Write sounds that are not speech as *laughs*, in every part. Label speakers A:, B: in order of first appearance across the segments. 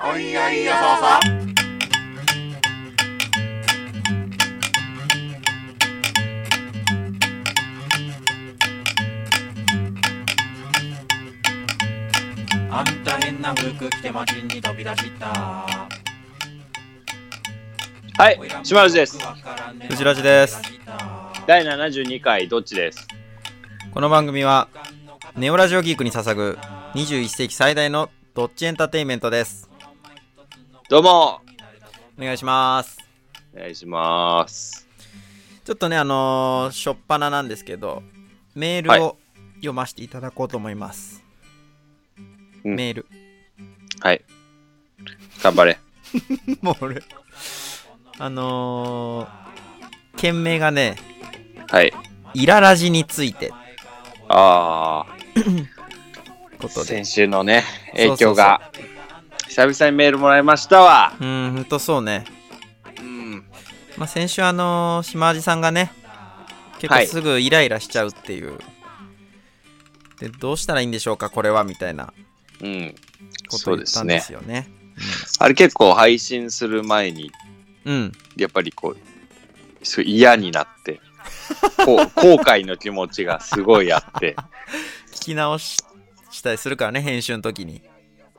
A: おいおいよさそあんた変な服着て街に飛び出した
B: はい、島内です。
C: 藤ラジです
B: 第72回、どっちです。
C: この番組は、ネオラジオギークに捧ぐ21世紀最大のどっちエンターテインメントです。
B: どうも、
C: お願いします。
B: お願いします。
C: ちょっとね、あのー、しょっぱななんですけど、メール
B: は
C: を読ませていただこうと思います。
B: うん
C: メール。 *laughs*
B: はい。頑張れ。
C: もう俺、あのー、件名がね、
B: はい。
C: イララジについて
B: あ
C: こと
B: あ、
C: で。
B: 先週のね、
C: そうそうそう
B: 影響が。久々にメールもらいましたわ。
C: うん、ほんとそうね。
B: うん。
C: まあ、先週あのー、島地さんがね結
B: は
C: 構
B: い
C: すぐイライラしちゃうっていう、でどうしたらいいんでしょうかこれはみたいな
B: うん。
C: こ
B: そ
C: と
B: う
C: 言っ
B: で
C: た
B: す
C: んで
B: ね。
C: すよね
B: あれ結構配信する前に、
C: うん
B: やっぱりこう、すごい嫌になって、こう後悔の気持ちがすごいあって、
C: 聞き直ししたりするからね編集の時に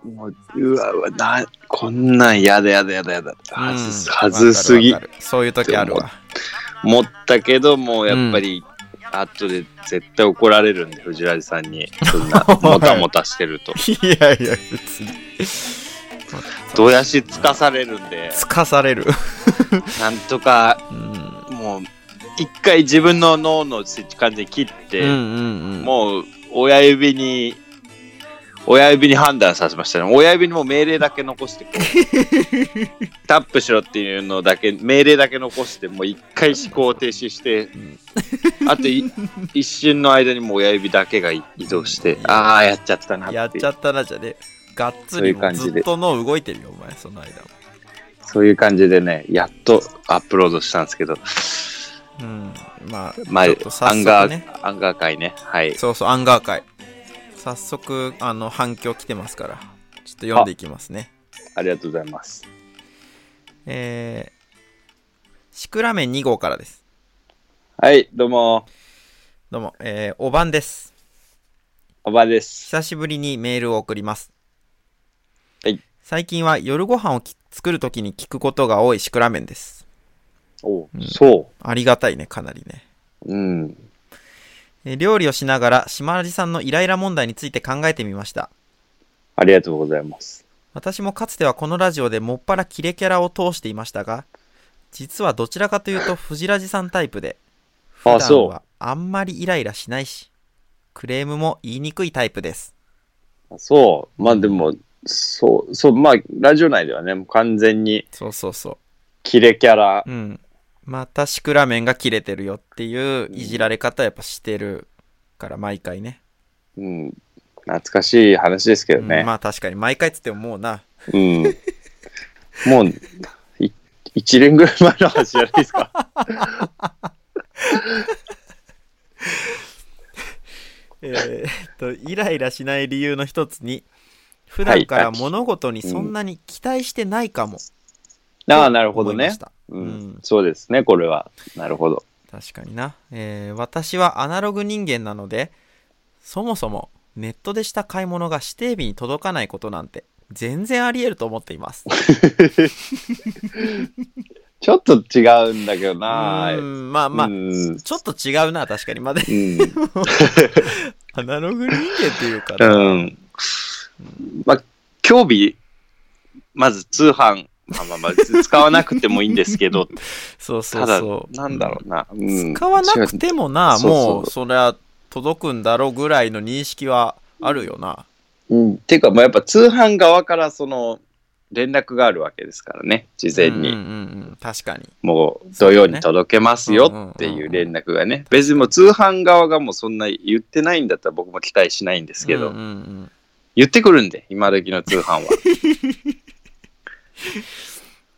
B: もう、うわうわ、な、こんなん嫌だ嫌だ嫌だ嫌だ。は
C: うん
B: ずはずすぎ
C: わかるわかるそういう時あるわ
B: 思ったけどもうやっぱり、後で絶対怒られるんで藤原さんにそんな
C: *laughs*
B: もたもたしてると
C: いやいや別に
B: どやしつかされるんで
C: つかされる、
B: なんとか
C: うん、
B: もう一回自分の脳のスイッチ完全に切って、
C: うんうんうん
B: もう親指に親指に判断させましたね親指にもう命令だけ残してこう
C: *laughs*
B: タップしろっていうのだけ命令だけ残してもう一回思考停止して
C: ん
B: あとい一瞬の間にもう親指だけが移動して
C: ん
B: ああやっちゃったなっていう
C: やっちゃったなじゃねがっつ
B: そうい
C: り
B: う感じで
C: ずっと脳動いてるよお前その間も
B: そういう感じでねやっとアップロードしたんですけど
C: うんまあ
B: まあ、
C: ちょっと早
B: ア
C: 速
B: ン
C: ね
B: ガーアンガー会ねはい
C: そうそう、アンガー会。早速、あの、反響来てますから、ちょっと読んでいきますね。
B: ありがとうございます
C: えー、シクラメン2号からです。
B: はいどうも
C: どうも、えー、おばんです。
B: おばです
C: 久しぶりにメールを送ります。
B: はい
C: 最近は夜ご飯をき作るときに聞くことが多いシクラメンです。
B: おう、
C: うん
B: そ
C: ありがたいね、かなりね。
B: ううん
C: えー料理をしながら、島地さんのイライラ問題について考えてみました。
B: ありがとうございます
C: 私もかつてはこのラジオでもっぱらキレキャラを通していましたが実はどちらかというと藤ラジさんタイプで普
B: あ
C: 段
B: そう
C: はあんまりイライラしないしクレームも言いにくいタイプです
B: そう、まあでも、そう、そう、まあ、ラジオ内ではね、もう完全に
C: そうそうそ
B: キレキャラ
C: ううんまたシクラメンがキレてるよっていういじられ方やっぱしてるから毎回ね
B: うん、懐かしい話ですけど
C: うん
B: ね。
C: まあ確かに毎回っつってももうな
B: うん。もう、い一年ぐらい前の話じゃないです
C: *laughs*
B: か。
C: えーっとイライラしない理由の一つに普段から物事にそんなに期待してないかも
B: ああ、なるほど
C: 思いま
B: ね
C: し。た
B: うん、
C: うん
B: そうですね、これは。なるほど。
C: 確かにな、えー私はアナログ人間なのでそもそもネットでした買い物が指定日に届かないことなんて全然あり得ると思っています
B: ちょっと違うんだけどな。
C: うーんまあまあ、
B: うん。
C: ちょっと違うな確かにまだ
B: うん。
C: アナログ人間っていうか
B: う
C: な、
B: ん。まあ、興味、まず通販、まあまあまあ、使わなくてもいいんですけど、
C: そうそ
B: た
C: う
B: だ
C: そう、
B: なんだろうな。うん
C: 使わなくてもな、
B: 違う
C: もう
B: そう
C: そりゃ届くんだろうぐらいの認識はあるよな
B: うん、ていうか、まあ、やっぱ通販側からその連絡があるわけですからね、事前に、
C: うんうんうん、確かに
B: もう土曜に届けますよっていう連絡がね、別にもう通販側がもうそんな言ってないんだったら僕も期待しないんですけど、
C: うんうんうん
B: 言ってくるんで、今時の通
C: *laughs*
B: 販は。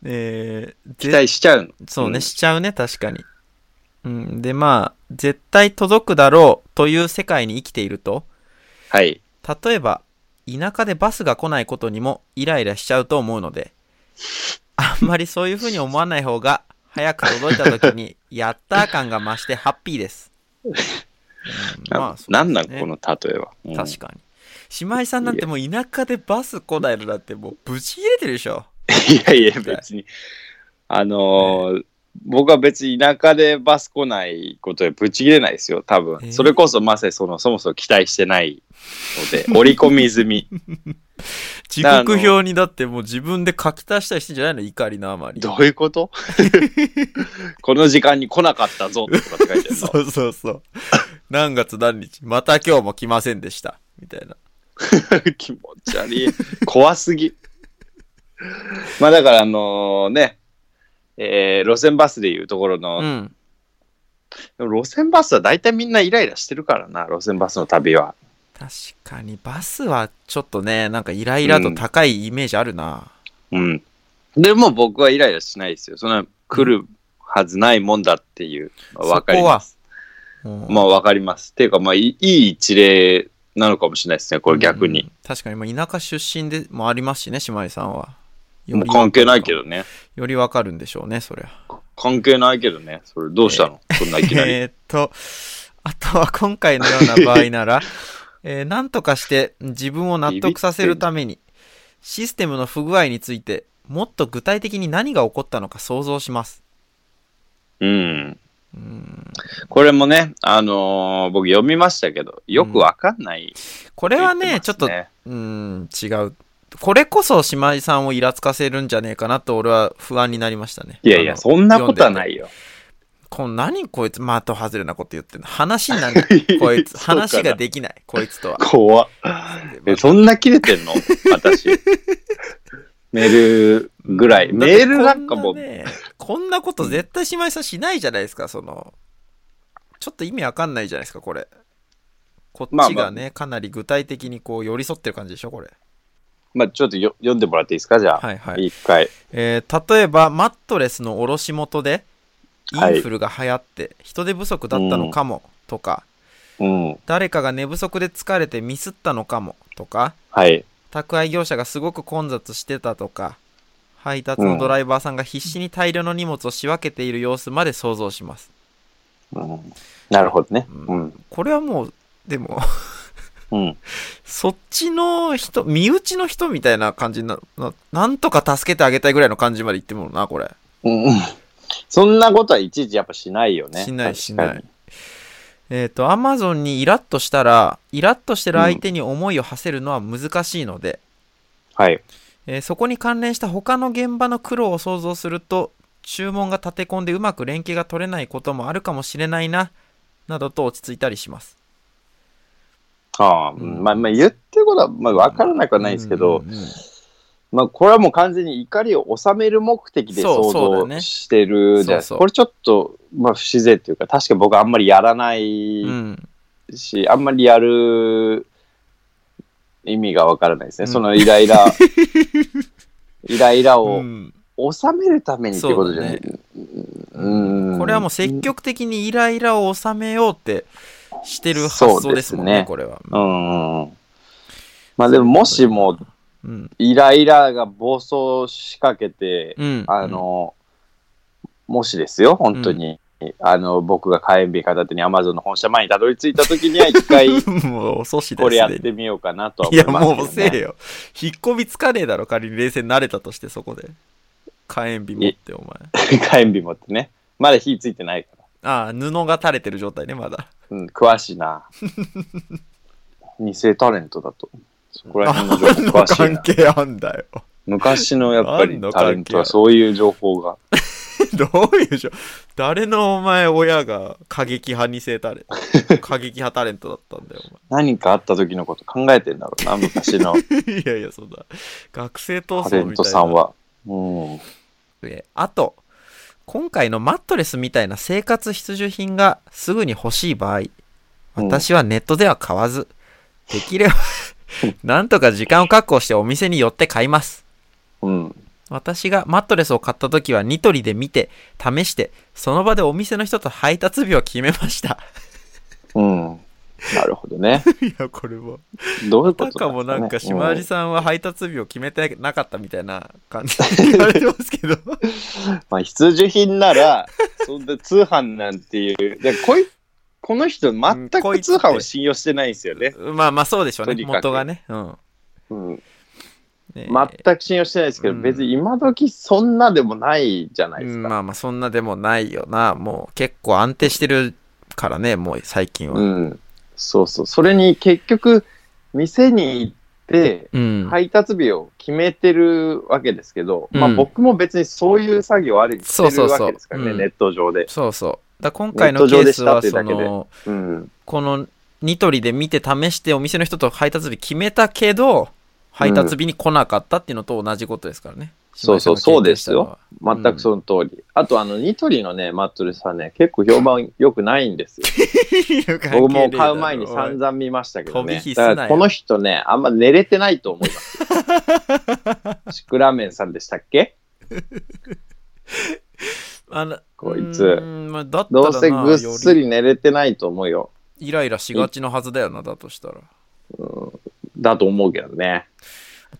C: えー
B: 期待しちゃうの。
C: そうね、
B: うん
C: しちゃうね、確かに。うん、で、まあ、絶対届くだろうという世界に生きていると、
B: はい。
C: 例えば、田舎でバスが来ないことにもイライラしちゃうと思うので、あんまりそういう風に思わない方が、早く届いた時に、やったー感が増してハッピーです。うん
B: な,、 *laughs* なんなん
C: そうですね
B: この例えは、うん
C: 確かに。姉妹さんなんてもう田舎でバス来ないのだってもうぶち切れてるでしょ。
B: いやいや、別に。あのー僕は別に田舎でバス来ないことでぶち切れないですよ、多分。
C: えー
B: それこそまさにその、そもそも期待してないの
C: *laughs*
B: で、織り込み済み。
C: 時刻表にだってもう自分で書き足したりしてんじゃないの怒りのあまり。
B: どういうこと
C: *laughs*
B: この時間に来なかったぞとかって書いてあるの。
C: *laughs* そうそうそう。何月何日、また今日も来ませんでした。みたいな。
B: 気持ち悪い。怖すぎ。まあだからあのね、えー路線バスでいうところの、
C: うん。
B: でも路線バスは大体みんなイライラしてるからな、路線バスの旅は。
C: 確かに、バスはちょっとね、なんかイライラと高いイメージあるな。
B: うん。でも僕はイライラしないですよ。そんな来るはずないもんだっていう。まあわ、かります。
C: うん
B: まあわかります。っていうかまあいいいい一例なのかもしれないですね、これ逆に。
C: うん確かに、もう田舎出身でもありますしね、姉妹さんは。
B: もう関係ないけどね。
C: よりわかるんでしょうね、そりゃ。
B: 関係ないけどね。それどうした
C: *laughs*
B: の、そんないきなり。
C: えーっと、あとは今回のような場合なら、 *laughs* えーなんとかして自分を納得させるために、システムの不具合について、もっと具体的に何が起こったのか想像します。
B: うん。
C: うん
B: これもね、あのー僕読みましたけど、よくわかんない、
C: これはね、ちょっと、うん、違う。これこそ姉妹さんをイラつかせるんじゃねえかなと俺は不安になりましたね。
B: いやい
C: あ
B: や、
C: の
B: そんなことはないよ。
C: こん何こいつ、的外れなこと言ってんの。話にな
B: *laughs*
C: んないこいつ、
B: そうかな
C: 話ができない、こいつとは。
B: 怖っえ、そんな切れて
C: *laughs*
B: んの私。メールぐらい。
C: だ
B: *laughs*
C: っ
B: メ
C: て
B: ールなんかも
C: こん
B: う、
C: なねこんなこと絶対姉妹さんしないじゃないですか、その。ちょっと意味わかんないじゃないですか、これ。こっちがね、
B: まあ
C: かなり具体的にこう寄り添ってる感じでしょ、これ。
B: まあちょっとよ読んでもらっていいですか、じゃあ。
C: はいはい
B: 一回。
C: えー例えば、マットレスの卸元で、
B: はい
C: インフルが流行って、人手不足だったのかも、とか、
B: うん。
C: 誰かが寝不足で疲れてミスったのかも、とか、
B: はい。
C: 宅配業者がすごく混雑してたとか配達のドライバーさんが必死に大量の荷物を仕分けている様子まで想像します
B: うん、なるほどね。うん。
C: これはもうでも *laughs*
B: うん。
C: そっちの人身内の人みたいな感じになるななんとか助けてあげたいぐらいの感じまで言ってもなこれ
B: うん。うんそんなことはいちいちやっぱしないよね。
C: しないしな
B: 確
C: いえっ、とアマゾンにイラッとしたらイラッとしてる相手に思いを馳せるのは難しいので、
B: かに。はい。
C: えーそこに関連した他の現場の苦労を想像すると注文が立て込んでうまく連携が取れないこともあるかもしれないななどと落ち着いたりします。
B: ああ、うんまあ、まあ、言ってることは、まあ、わからなくはないですけど、
C: うんうんうん
B: まあ、これはもう完全に怒りを収める目的で
C: そ
B: 想
C: うそうだね
B: 像してるじゃないです
C: そ
B: か。
C: うそう
B: これちょっと、まあ、不自然というか、確かに僕はあんまりやらない
C: うん
B: し、あんまりやる意味がわからないですね。
C: うん
B: そのイライ
C: *laughs*
B: ラ、イライラ
C: う
B: を
C: ん
B: 収めるためにってことじゃない。
C: そう
B: うん
C: これはもう積極的にイライラを収めようってしてる発想ですもん
B: そうですね
C: ね、これは。
B: うんうん。まあでも、もしも
C: うん。
B: イライラが暴走しかけて、
C: うん。
B: あの、もしですよ、本当に。あの、僕が火炎瓶片手に Amazon の本社前にたどり着いた時
C: *laughs*
B: には一回
C: *laughs* もう遅しです
B: これやっ
C: すで
B: てみようかなとは
C: にい
B: 思い
C: や、
B: ますけど、ね。
C: もうせえよ。引っ込みつかねえだろ、仮に冷静になれたとして、そこで。火炎瓶持って、お前。
B: 火炎瓶持ってね。まだ火ついてないから。
C: ああ、布が垂れてる状態ね、まだ。
B: うん、詳しいな。二世タレントだと。そこら辺の情報詳しい
C: 関
B: な。
C: 係あんだよ。
B: 昔のやっぱ
C: 何
B: り
C: の関係
B: タレントはそういう情報が。
C: どういうじょ誰のお前親が過激派にせタレン
B: *laughs*
C: ト過激派タレントだったんだよ
B: 何かあった時のこと考えてんだろうな、昔の
C: お前いやい *laughs* やそんな学生闘
B: タレ
C: 争
B: ン
C: み
B: ト
C: たい
B: さん
C: な
B: は。うん。
C: えあと今回のマットレスみたいな生活必需品がすぐに欲しい場合私はネットでは買わず、できれ
B: *laughs*
C: ばなんとか時間を確保してお店に寄って買います
B: うん。
C: 私がマットレスを買った時はニトリで見て試してその場でお店の人と配達日を決めました
B: うん。なるほどね。
C: *laughs* いや、これは。
B: どういうこ
C: あた
B: とだ
C: かもなんか、
B: ね
C: しまわりさんは配達日を決めてなかったみたいな感じで言われてますけど。
B: *laughs* うんまあ、必需品なら、 *laughs* そんな通販なんていう。でこいこの人、全
C: うんこい
B: く
C: つ
B: 通
C: って
B: 販を信用してないんですよね。
C: まあまあ、そうでしょう
B: と
C: ね。
B: にかく
C: 元がね。うん。
B: うん、
C: ね
B: 全く信用してないですけど、
C: うん
B: 別に今時そんなでもないじゃないで
C: う
B: す
C: ん
B: か。
C: まあまあ、そんなでもないよな。もう結構安定してるからね、もう最近
B: う
C: は。
B: ん、そうそう。それに結局、店に行って、
C: うん。
B: 配達日を決めてるわけですけど、
C: うん
B: まあ僕も別にそういう作業ありにして
C: そうそ
B: る
C: うそう
B: わけですからね、
C: うん
B: ネット上で。
C: そうそう。だから今回
B: ネ
C: の
B: ッ
C: ケ
B: ト上
C: ー
B: で
C: ス
B: した
C: は、
B: って
C: そ
B: だけで
C: の、
B: うん。
C: このニトリで見て試してお店の人と配達日決めたけど、配達日に来なかったっていうのと同じことですからね。
B: そうそう
C: 島根さんが経験したのは。
B: 全くその通り。あと、あの、ニトリのね、マットレスはね、結構評判良くないんですよ。
C: *laughs*
B: 僕も買う前に散々見ましたけど
C: 飛
B: ね
C: び火。すなよ
B: だからこの人ね、あんま寝れてないと思い
C: *laughs*
B: ますよ。シクラメンさんでしたっけ
C: あの
B: こいつ
C: うーんまあだったら
B: ど
C: な
B: うせぐっす
C: よ
B: り寝れてないと思うよ。
C: りイライラしがちのはずだよな、だとしたら。
B: だと思うけどね。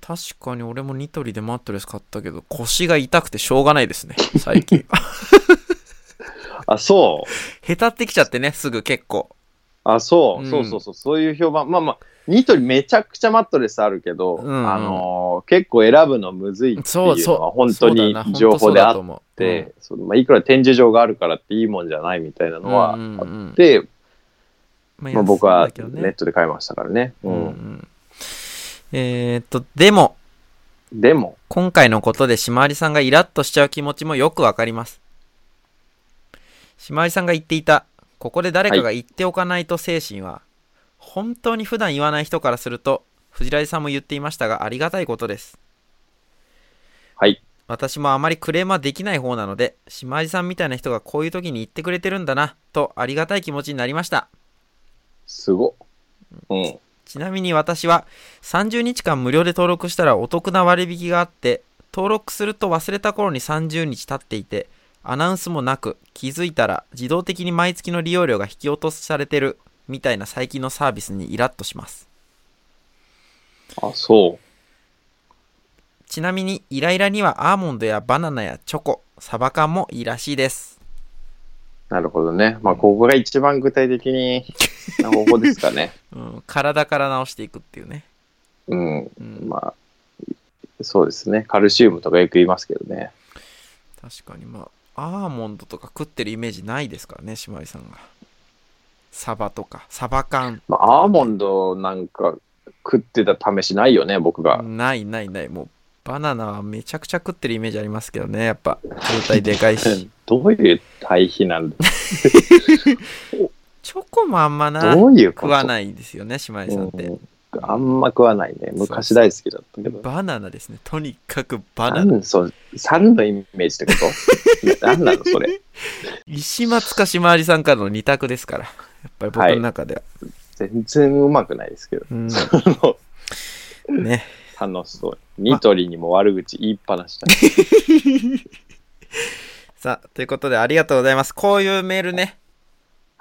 C: 確かに俺もニトリでマットレス買ったけど、腰が痛くてしょうがないですね、最 *laughs* 近。
B: あ、そう。
C: へたってきちゃってね、すぐ結構。
B: あ、そう、
C: うん
B: そうそうそう、そういう評判。まあまあ、ニトリめちゃくちゃマットレスあるけど、
C: うん
B: あのー結構選ぶのむずいってい
C: そうう
B: のは
C: そう。
B: 本当
C: そう
B: に
C: だな
B: 情報であっ
C: 本当そうだと思う
B: て、そのまあ、いくら展示場があるからっていいもんじゃないみたいな
C: うん
B: のはあ
C: うんうんうん
B: って、
C: まあ
B: まあ、僕は
C: 安いんだけど
B: ネ
C: ね
B: ットで買いましたからね。う
C: うんうんんえーっと、でも、
B: でも、
C: 今回のことでしまわりさんがイラッとしちゃう気持ちもよくわかります。しまわりさんが言っていた、ここで誰かが言っておかないと精神は、本当に普段言わない人からすると、藤井さんも言っていましたが、ありがたいことです。
B: はい。
C: 私もあまりクレームはできない方なので、しまわりさんみたいな人がこういう時に言ってくれてるんだな、とありがたい気持ちになりました。
B: すご。うん。
C: ちなみに私は30日間無料で登録したらお得な割引があって登録すると忘れた頃に30日経っていてアナウンスもなく気づいたら自動的に毎月の利用料が引き落とされてるみたいな最近のサービスにイラッとします
B: あ、そ
C: ちなみにイライラにはアーモンドやバナナやチョコサバ缶もいいらしいです
B: う。なるほどね。まあ、ここが一番具体的
C: *laughs*
B: に、な方法ですかね。
C: うん体から直していくっていうね、
B: うん。
C: うん、
B: まあ、そうですね。カルシウムとかよく言いますけどね。
C: 確かにまあアーモンドとか食ってるイメージないですからね姉妹さんがサバとかサバ缶
B: まあ、アーモンドなんか食ってた試しないよね、僕が。
C: ないないないもうバナナはめちゃくちゃ食ってるイメージありますけどねやっぱ状態でかいし
B: どういう対比なんだ
C: チョコもあんまな
B: どういうこと
C: 食わないですよね姉妹さんっ
B: う
C: て
B: んあんま食わないね。昔大好きだったけど。
C: バナナですねとにかくバナナ
B: 何そう、猿のイメージってこと
C: *laughs*
B: いや何なのそれ。
C: 石松か島有さんからの二択ですからやっぱり僕の中では、
B: 全然うまくない
C: *laughs*
B: ですけど。
C: うんね
B: 楽しそう。ニトリにも悪口言いっぱなしだ。
C: さあということでありがとうございますこういうメールね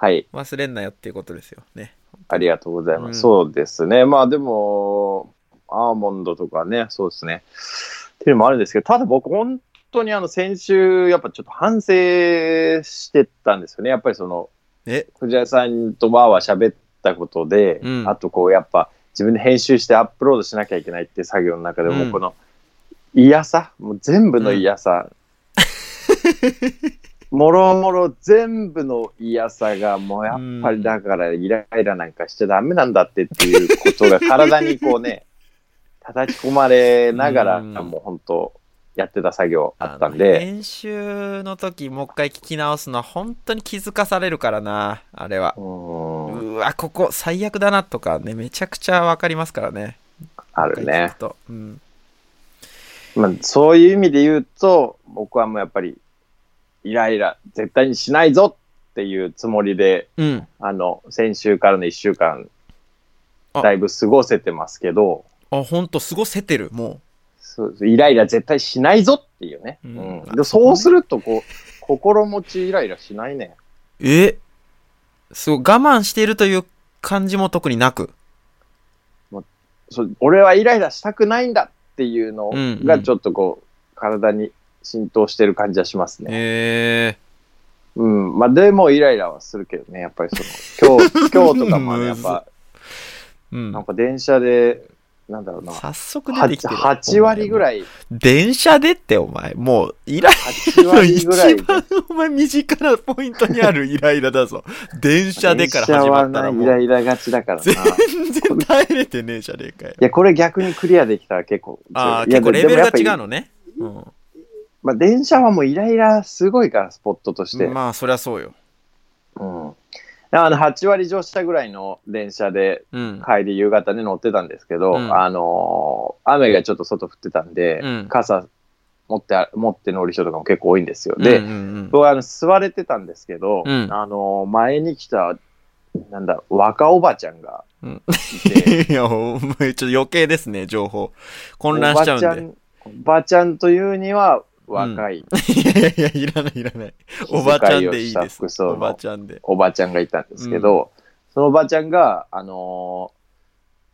B: はい、
C: 忘れんなよっていうことですよね
B: ありがとうございます。
C: うん
B: そうですね。まあでも、アーモンドとかね、そうですね。っていうのもあるんですけど、ただ僕、本当にあの、先週、やっぱちょっと反省してたんですよね。やっぱりその、
C: え
B: 藤井さんとわーわー喋ったことで、
C: うん
B: あとこうやっぱ自分で編集してアップロードしなきゃいけないって作業の中で
C: う
B: も
C: ん
B: この嫌さ、もう全部の嫌さ、もろもろ全部の嫌さがもうやっぱりだからイライラなんかしちゃダメなんだってっていうことが体にこう
C: *laughs*
B: ね叩き込まれながら
C: うん
B: もう本当やってた作業あったん
C: あの
B: で、
C: 編集の時もう一回聞き直すのは本当に気づかされるからなあれは
B: うん、
C: うわここ最悪だなとかねめちゃくちゃわかりますからね
B: ある
C: 一回
B: ね
C: 聞く。とうん
B: まあ、そういう意味で言うと、僕はもうやっぱり、イライラ、絶対にしないぞっていうつもりで、
C: うん
B: あの、先週からの1週間、
C: あ
B: だいぶ過ごせてますけど、
C: あほんとすごいせてるも
B: そうイライラ絶対しないぞっていうね。
C: う
B: うんんでそうすると、こう、心持ちイライラしないね。
C: うえすごい我慢しているという感じも特になく。
B: そう俺はイライラしたくないんだっていうの
C: うんう
B: が
C: ん
B: ちょっとこう、体に浸透してる感じはしますね。
C: え
B: うん。まあでもイライラはするけどね、やっぱりその、今
C: *laughs*
B: 日、今日とかもね、やっぱ、
C: えう
B: なん
C: ん。
B: か電車で、なんだろうな、
C: 早速出てきて
B: 8,
C: る。
B: 割ぐ
C: い。
B: らい、
C: 電車でって、お前。もう、イライ
B: 8
C: ラの
B: 割
C: 一
B: ぐらい。
C: 番、お前、身近なポイント
B: *laughs*
C: にあるイライラだぞ。電車でから始まったらも
B: 電車はな
C: う、
B: イライラがちだ
C: *laughs*
B: からな。い
C: 全然耐えれてねえじゃねえかよ。
B: や、これ逆にクリアできたら結構。
C: ああ、
B: いや
C: 結構レベ
B: で
C: ルが違う。
B: もやっぱり
C: のね。う
B: まあ、電車はもうイライラすごいから、スポットとして。
C: ん。まあ、そりゃそうよ。
B: うん。あの、8割乗車ぐらいの電車で、
C: うん。
B: 帰り夕方で乗ってたんですけど、
C: うん
B: あのー雨がちょっと外降ってたんで、
C: うん
B: 傘持ってあ、持って乗る人とかも結構多いんですよ。で、
C: うん
B: *laughs*
C: うん
B: 僕はあの座れてたんですけど、
C: うん
B: あのー前に来た、なんだ、若おばちゃんが
C: うん
B: いて、
C: うん、いや、お前、ちょっと余計ですね、情報。混乱しちゃうんで。
B: おばちゃん、おばちゃんというには若い
C: いやいやいや、いらないいら
B: *laughs*
C: ない。おばちゃんでい
B: 気
C: いです
B: 遣いをし。た服装の
C: おばちゃんで。
B: おばちゃんがいたんですけど、そのおばちゃんが、あの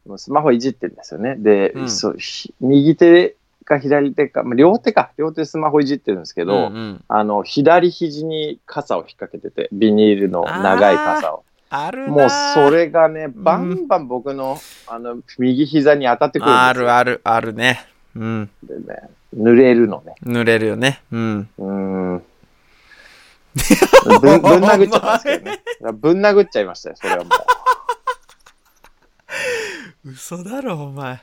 B: ーもうスマホいじってるんですよね。で、
C: うん
B: そうひ右手か左手か、まあ、両手か、両手でスマホいじってるんですけど、
C: うんうん
B: あの、左肘に傘を引っ掛けてて、ビニールの長い傘を。
C: あるな
B: もうそれがね、
C: ん
B: バンバン僕の、あの、右膝に当たってくるんですよ。
C: あるあるあるね。うん。
B: でね、濡れるのね。
C: 濡れるよね。うん。
B: うーん。ぶんぶん殴っちゃいますけどね。ぶん殴っちゃいましたよ、それはもう。
C: 嘘だろ、お前。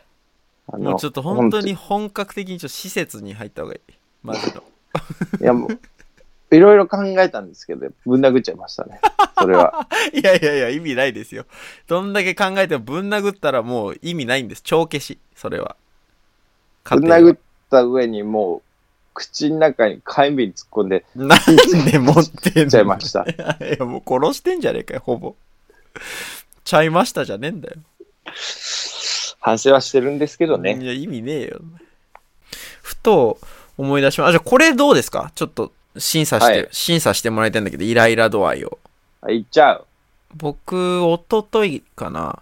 B: あの
C: もうちょっと本当に本格的にちょっと施設に入った方がいい。マジの。 *laughs*
B: いや、もう、いろいろ考えたんですけど、ぶん殴っちゃいましたね。それは。
C: いやいやいや、意味ないですよ。どんだけ考えてもぶん殴ったらもう意味ないんです。帳消し。それは。
B: ぶん殴った上にもう、口の中に火炎瓶突っ込んで
C: なんで持ってん
B: っ
C: の
B: ちゃいました。
C: いや、もう殺してんじゃねえかよ、ほぼ。ちゃいましたじゃねえんだよ。
B: *laughs* 反省はしてるんですけどね。
C: いや、意味ねえよ。ふと思い出しまあ、じゃあこれどうですかちょっと審査して、
B: はい
C: 審査してもらいたいんだけど、イライラ度合いを。
B: あ行っちゃう。
C: 僕、おととい
B: *laughs*
C: かな。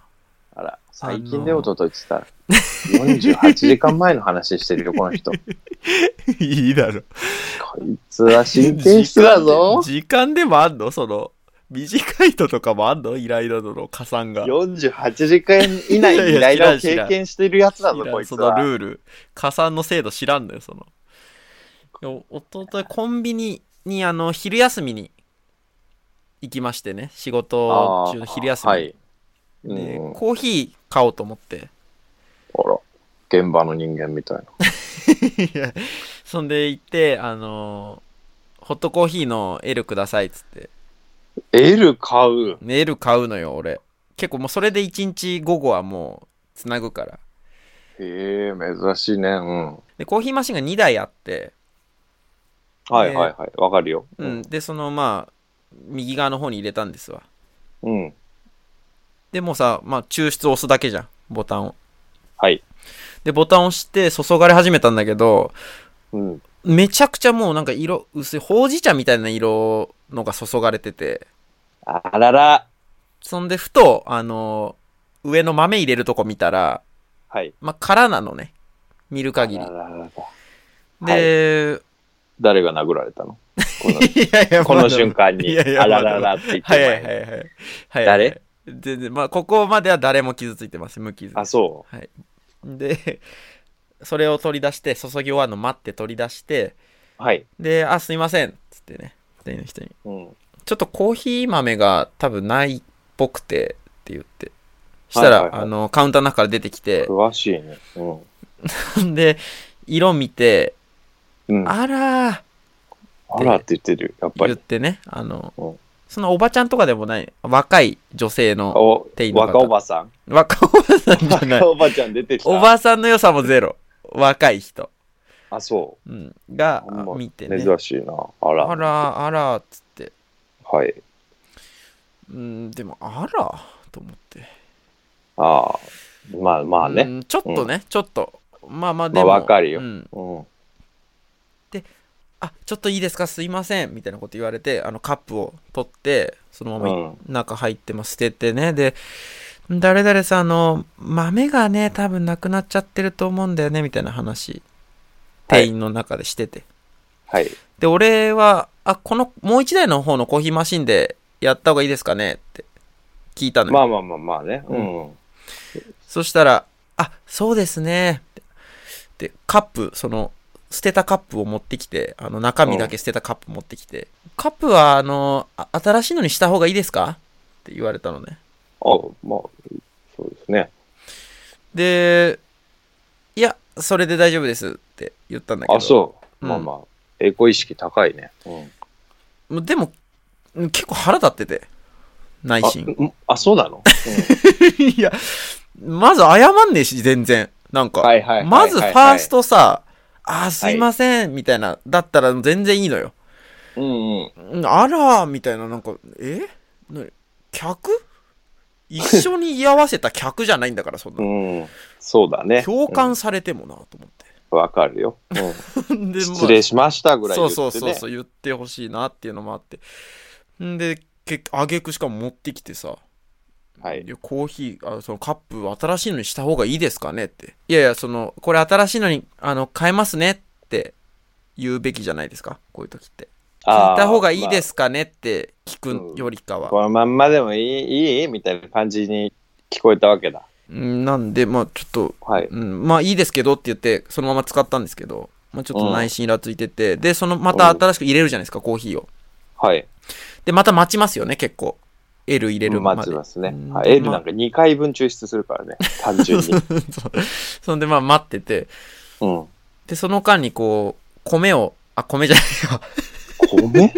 B: あら、最近でおとといってたら。48時間前の話してるよ、この
C: *laughs*
B: 人。こ
C: いいだろ。
B: いつは神経質だぞ。
C: 時間でもあんのその、短い人とかもあんのイライラ度の加算が。
B: 48時間以内にイライラを経験しているやつだぞ、こいつ
C: その
B: は。
C: ルール加算の制度知らんのよそのいやおとといコンビニにあの昼休みに行きましてね仕事中の昼休み
B: は
C: に
B: い。う
C: で
B: ん。
C: コーヒー買おうと
B: *laughs*
C: 思って
B: あら、現場の人間みたいな。
C: そんで行ってあのーホットコーヒーの L くださいっつって
B: エル買う。
C: ね L 買うのよ俺結構もうそれで1日午後はもうつなぐから
B: へえ、珍しいね。うん。
C: でコーヒーマシンが2台あって
B: はいはいはい。わかるよ。
C: うん、。でそのまあ右側の方に入れたんですわ
B: うん。
C: でもうさ、まあ、抽出押すだけじゃん、ボタンを。
B: はい。
C: で、ボタンを押して注がれ始めたんだけど、
B: うん。
C: めちゃくちゃもうなんか色薄い、ほうじ茶みたいな色のが注がれてて、
B: あらら。
C: そんでふと、あのー上の豆入れるとこ見たら、
B: はい。
C: まあ、空なのね。見る限り
B: あ。ららら
C: で、
B: 誰が殴られた
C: *laughs*
B: のこの
C: いやいや
B: *laughs* この瞬間
C: い
B: に、
C: やいや
B: あらららって言って。
C: はいはいはいはい。はい
B: 誰
C: 全然、まあ、ここまでは誰も傷ついてます。無傷。
B: あ、そ
C: はい、でそれを取り出して注ぎ終わるの待って取り出して
B: う。はい。
C: で「あすいません」っつってね店員の人に
B: うん。
C: 「ちょっとコーヒー豆が多分ないっぽくて」って言ってしたら、
B: はいはいはい
C: あのカウンターの中から出てきて
B: 詳しいね。うん。
C: *laughs* で色見て
B: う
C: 「
B: ん、あ
C: あらー」
B: らって言ってるよ、やっぱ
C: 言
B: り。
C: ってねあの
B: うん
C: そのおばちゃんとかでもない若い女性の
B: お
C: 店員、の方
B: 若おばさん。
C: 若おばさんじゃない
B: 若おばちゃん出てきた。
C: おばさんの良さもゼロ若い人、
B: あ、そ
C: うん、が
B: あんま
C: 見て
B: う。
C: ね
B: 珍しいな。あら。
C: あらあらっつって
B: はい。
C: うんでもあらと思って
B: ああ。まあまあ
C: う
B: ね。
C: んちょっとね、ちょっとまあまあでも、
B: まあわかるよ
C: うん
B: うん。
C: あ、ちょっといいですかすいません。みたいなこと言われて、あのカップを取って、そのままい
B: うん
C: 中入ってます。捨ててね。で、誰々さんあの豆がね、多分なくなっちゃってると思うんだよね、みたいな話、
B: はい
C: 店員の中でしてて。
B: はい。
C: で、俺は、あ、この、もう一台の方のコーヒーマシンでやった方がいいですかねって聞いたのよ。
B: まあまあまあまあね。うん。
C: そしたら、あ、そうですね。で、カップ、その、捨てたカップを持ってきて、あの、中身だけ捨てたカップ持ってきて、カップは、あの、あ新しいのにした方がいいですかって言われたのね。
B: あ、まあ、そうですね。
C: で、いや、それで大丈夫ですって言ったんだけど。
B: あ、そう。
C: うん
B: まあまあ、エコ意識高いね。うん。
C: もうでも、うん結構腹立ってて、内
B: あ
C: 心。
B: うんあ、そうなの、
C: *laughs* いや、まず謝んねえし、全然。なん
B: *laughs*
C: か、
B: はいはいはいはい
C: まずファーストさ、あー、すいません、みたいな、だったら全然いいのよ。
B: うん、うんうん。
C: うんあらーみたいな、なんか、えなに客一緒に居合わせた客じゃないんだから、そんな。
B: うん。そうだね。
C: 共感されてもなと思っ
B: うんわ、かるよ。うん
C: て。でまあ
B: 失礼しましたぐらい言って、ね。
C: そうそうそうそう言ってほしいなっていうのもあってんで結あげくしかも持ってきてさ、
B: はい。
C: やコーヒーあそのカップ新しいのにした方がいいですかねっていやいやそのこれ新しいのにあの買えますねって言うべきじゃないですかこういう時って聞いた方がいいですかねって聞くよりか
B: まあ
C: は、
B: このまんまでもいいいいみたいな感じに聞こえたわけだ。
C: うんなんでまあちょっと
B: はい。
C: うん、まあいいですけどって言ってそのまま使ったんですけど、まあ、ちょっと内心イラついてて、でそのまた新しく入れるじゃないですかコーヒーを
B: はい。
C: でまた待ちますよね結構 L 入れるまで
B: 待ちますね。
C: うん
B: はい、L なんか2回分抽出するからね。単純
C: *laughs*
B: に。
C: そうそんでまあ待ってて
B: うん。
C: でその間にこう米をあ米じゃないわ
B: 米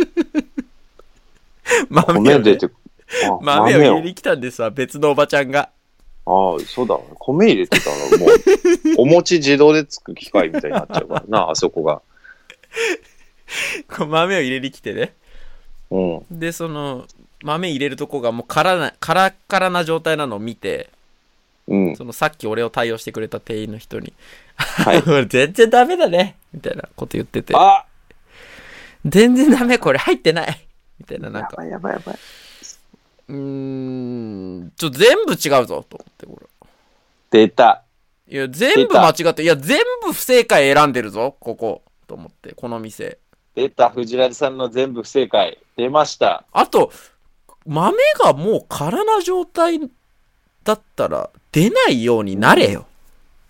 C: 豆をね、
B: 米出てくあ
C: 豆を
B: 豆
C: 入
B: を
C: れに来たんですわ別のおばちゃんが
B: ああ、そうだ。米入れてたら、もう、お餅自動でつく機械みたいになっちゃうから
C: *laughs*
B: な、あそこが。
C: こう豆を入れに来てね
B: うん。
C: でその豆入れるとこがもうからなカラッカラな状態なのを見て
B: うん。
C: そのさっき俺を対応してくれた店員の人に *laughs*
B: はい。
C: これ全然ダメだねみたいなこと言ってて
B: あ
C: 全然ダメこれ入ってないみたいななん
B: や
C: か
B: ばいやばいやばい。
C: うーんちょ全部違うぞと思ってこれ
B: 出た。
C: いや全部間違っていや全部不正解選んでるぞここと思ってこの店
B: 出た。藤原さんの全部不正解。出ました。
C: あと豆がもう空な状態だったら出ないようになれよ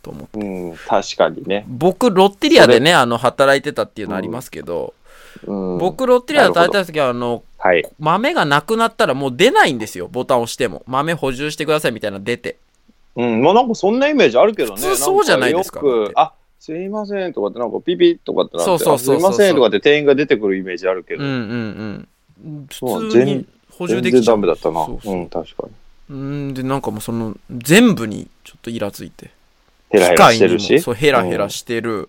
C: と思って
B: うん、確かにね。
C: 僕ロッテリアでねあの働いてたっていうのありますけど、
B: うん、
C: 僕ロッテリアで働いてた時はあの
B: はい。
C: 豆がなくなったらもう出ないんですよボタンを押しても豆補充してくださいみたいなの出て
B: うん、まあなんかそんなイメージあるけどね。
C: 普通そうじゃないですか
B: んよくあすいませんとかって、なんかピピとかってなって、
C: そうそうそうそう
B: あすいませんとかって店員が出てくるイメージあるけ
C: う
B: ど、
C: んうんうん
B: そう
C: 普通に補充
B: 全
C: でき
B: 然
C: ちゃ
B: ダ
C: う
B: メだったな。
C: そうそう
B: うん、確かに。
C: うんでなんかもうその全部にちょっとイラついて
B: ヘラヘラしてる
C: 機械
B: し。
C: にもそうヘラヘラしてる、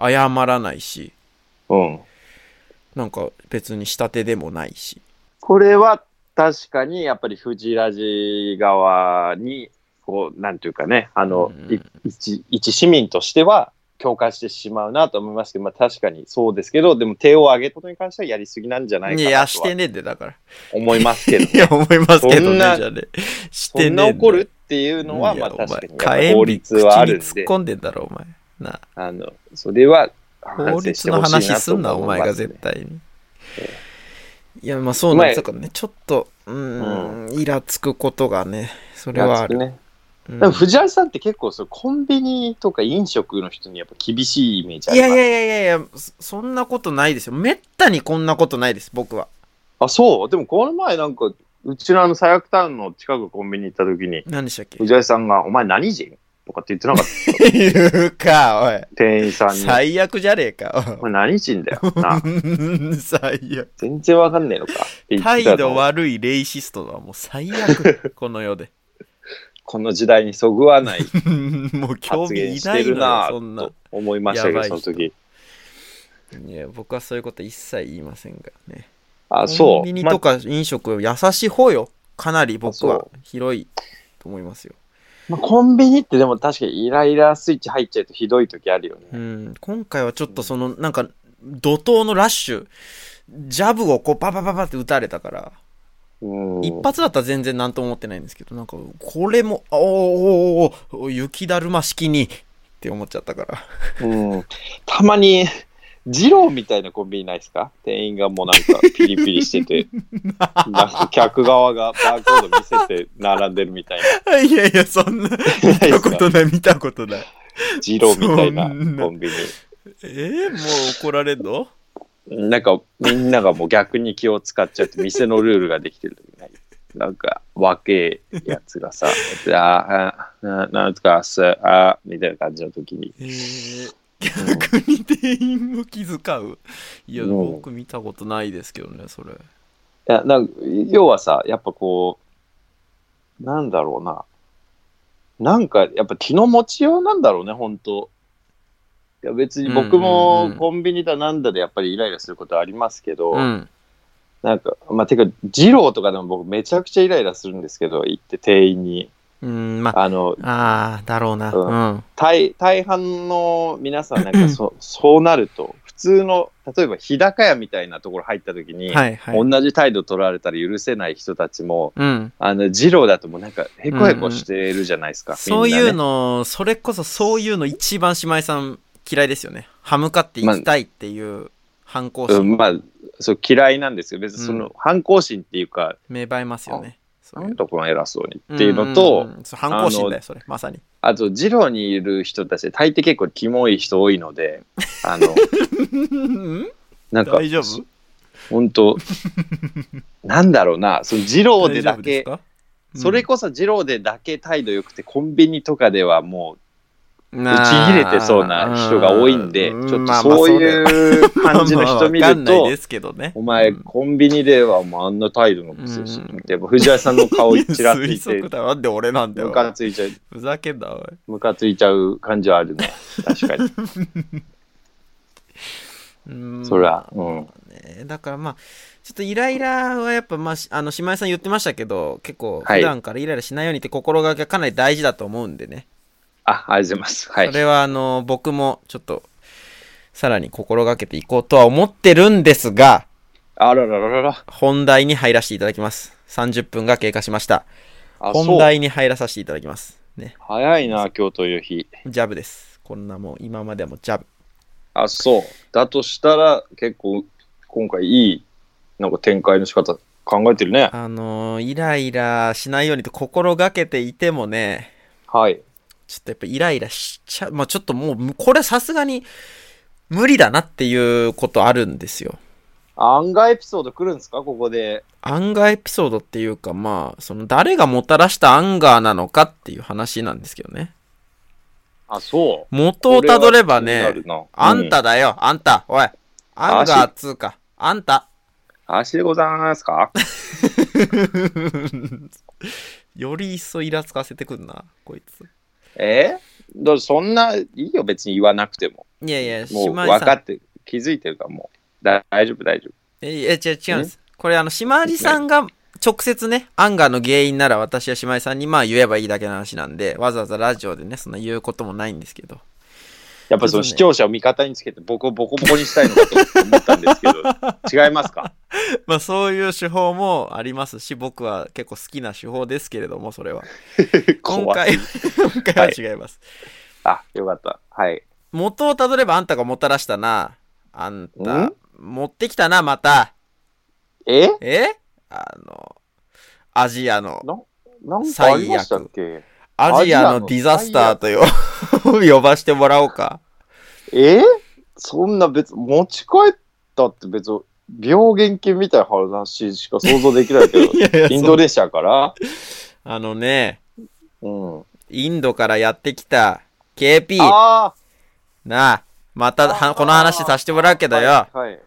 C: 謝らないし
B: うん。
C: なんか別に下手でもないし
B: これは確かにやっぱり藤ラジ側にこうなんていうかねあの、
C: うん
B: い一一市民としては共感してしまうなと思いますけど、まあ、確かにそうですけどでも手を挙げたことに関してはやりすぎなんじゃない
C: い
B: か
C: や
B: な
C: し
B: と
C: て
B: は
C: ねえでだから
B: 思いますけど、
C: いや思いま
B: そ
C: すけどね
B: ん
C: じゃ
B: な
C: あねして
B: そん
C: ね
B: な
C: えんだ
B: 怒るっていうのはいま
C: や
B: あ確かにや
C: お
B: っぱ
C: 前
B: 法
C: 火炎
B: 律はあ
C: 口に
B: るん
C: 突っ
B: で
C: 込んでんだろお前なあ
B: あのそれは
C: 法
B: 反省し
C: 律
B: て
C: の
B: ほしいなと思いますね
C: 話すんな、お前が絶対に。いや、まあそう
B: ま
C: なん
B: あ
C: ですからね、ちょっと、うーん、イラつくことがね、それはある。
B: ね、
C: うん
B: でも藤原さんって結構そうコンビニとか飲食の人にやっぱ厳しいイメージあ
C: い
B: り
C: や
B: ます
C: いやいやいやいや、そそんなことないですよ。めったにこんなことないです、僕は。
B: あ、そうでもこの前なんか、うちのあの最悪タウンの近くコンビニ行った時に、
C: 何でしたっけ
B: 藤井さんが、お前何人とかって言ってなかった。
C: 言うか、
B: 店員さ
C: お
B: ん
C: い。
B: に。
C: 最悪じゃねえか。
B: お
C: おい、
B: 前何人だよ。な
C: *laughs* うん最悪。
B: 全然わかんねえのか。って言って
C: 態
B: たの
C: 度悪いレイシストはもう
B: *laughs*
C: 最悪、この世で。
B: この時代にそぐわない
C: もう興
B: 発
C: 味
B: 言
C: い
B: し
C: な
B: て
C: いの
B: る
C: よ
B: な、
C: そんな
B: と。思いましたけど、
C: や
B: そ
C: ばい
B: の
C: 人
B: 時。
C: いや、僕はそういうこと一切言いませんがね。
B: あ、
C: コ
B: そ
C: ン
B: う
C: ビ。ニとか飲食、優しい方よ。かなり僕
B: あ
C: は
B: そ
C: 広いと思いますよ。
B: ままコンビニってでも確かにイライラスイッチ入っちゃうとひどい時あるよ
C: う
B: ね。
C: ん、今回はちょっとその、なんか、怒涛のラッシュ、ジャブをこうパパパパって打たれたから、
B: うん
C: 一発だったら全然なんとも思ってないんですけど、なんか、これも、あおーおーおーおー雪だるま式に、って思っちゃったから。 *laughs*
B: うんたまに、二郎みたいなコンビニないですか店員がもうなんかピリピリしてて、なんか客側がバーコード見せて並んでるみたい
C: いやいや、そん
B: な。
C: な、見
B: *laughs* ないで
C: た
B: す
C: こ
B: か
C: とない、見たことない。
B: 二郎みたいな
C: そんな
B: コンビ
C: えー、もう怒られんの
B: ニ。なんかみんながもう逆に気を使っちゃって、店のルールができてる時ない。なんか若えやつがさ、あーななんとかす、あーみたいな感じの時に。
C: えー、逆に店員を気遣ういや、
B: うん
C: 僕見たことないですけどね、それ。
B: いやなんか要はさ、やっぱこう、なんだろうな。なんか、やっぱ気の持ちようなんだろうね、本当いや別に僕
C: うんうん
B: も
C: うん
B: コンビニだなんだでやっぱりイライラすることありますけど、
C: うん。
B: なんか、まあ、てか、二郎とかでも僕めちゃくちゃイライラするんですけど、行って店員に。
C: うん、まあ、
B: あの、
C: ああ、だろうな。
B: うん
C: うん。
B: 大大半の皆さんなんか
C: *laughs*
B: そそうなると、普通の、例えば日高屋みたいなところ入った時に、
C: はいはい。
B: 同じ態度取られたら許せない人たちも、
C: うん、
B: あの、ジローだともうなんか、へこへこしてるじゃないですか。
C: そう
B: みん
C: い
B: なね
C: う。の、それこそそういうの一番姉妹さん嫌いですよね。歯向かっていきたいっていう反抗
B: う
C: 心、
B: ん、まあ、そう嫌いなんですけど、別にその、
C: うん
B: 反抗心っていうか、
C: 芽生えますよね。そ
B: な
C: ういうん
B: とこの偉そうにっていうのと、
C: うんうんうんそう反抗心だよ、それ、まさに。
B: あと、ジローにいる人たち、大抵結構キモい人多いので、あの、
C: うん
B: なんか、
C: 大丈夫
B: そ本当なんだろうな、そのジローでだけ、それこそジローでだけ態度良くて、コンビニとかではも
C: ち
B: う、打ち切れてそうな人が多いんで、ちょっとそういう感じの人見
C: わか
B: る
C: んない
B: *laughs* と
C: で、すけどね。
B: お前、
C: うん
B: コンビニではもうあんな態度のくせし
C: うん、
B: でも藤原さんの顔ちらつい
C: 推
B: て
C: 測、だなんで俺なんだよ
B: ム。カついちゃう、
C: ふざけんな、おい。
B: ムカついちゃう感じはある *laughs* ね。確かに。
C: うん
B: そりゃ、うん。
C: ねだからまあちょっとイライラはやっぱまあしあの姉妹さん言ってましたけど結構
B: はい
C: 普段からイライラしないようにって心がけはかなり大事だと思うんでね、
B: あ、ありがとうございます。は
C: そ
B: い。
C: れはあの僕もちょっとさらに心がけていこうとは思ってるんですが
B: あららららら。
C: 本題に入らせていただきます30分が経過しました
B: あ、
C: 本
B: そう。
C: 題に入らさせていただきますね
B: 早いな、今日という日。
C: ジャブですこんなもう今まではもうジャブ
B: あ、そう。だとしたら、結構、今回いい、なんか展開の仕方考えてるね。
C: あのイライラしないようにと心がけていてもね
B: はい。
C: ちょっとやっぱイライラしちゃう。まあちょっともうむ、これさすがに無理だなっていうことあるんですよ。
B: アンガーエピソード来るんですかここで。
C: アンガーエピソードっていうかまあ、その誰がもたらしたアンガーなのかっていう話なんですけどね。
B: あ、そう。
C: 元をたどれば
B: こは
C: ね
B: 気、になるな
C: あん。ただよ、あんた、おい。アンガーっつうか、あんた。 *laughs*
B: 足でございますか
C: より一層イラつかせてくんな、こいつ。
B: え *laughs* だそんないいよ別に言わなくても
C: いやいや、
B: もう
C: 島井
B: 分
C: さ
B: か
C: ん。
B: って気づいてるからもうだ大丈夫大丈
C: え、いや違う、違うんです。これ、あの、シマリさんが直接ね、アンガーの原因なら私やシマリさんにまあ言えばいいだけの話なんで、わざわざラジオでね、そんな言うこともないんですけど。
B: 夫やっぱその視聴者を味方につけて僕をボコボコにしたいのかと思ったんですけど違いますか
C: *laughs* まあ、そういう手法もありますし、僕は結構好きな手法ですけれども、それは。今
B: 怖い
C: 回、 *laughs* 今回は違います。
B: あよかったはい
C: 元をたどればあんたがもたらしたな。あんた
B: ん、
C: 持ってきたな、また。
B: え
C: えあの、アジアの、
B: ななんかありましたっけ
C: アジアのディザスターとよ *laughs* 呼ばしてもらおうか。
B: えそんな別持ち帰ったって別に病原菌みたいな話しか想像できない
C: *laughs*
B: けど
C: *laughs* やいや
B: インドネシアから
C: あのね、
B: うん
C: インドからやってきた KP
B: ああ
C: なあ、または
B: あー
C: この話させてもらうけどよ。
B: はいはい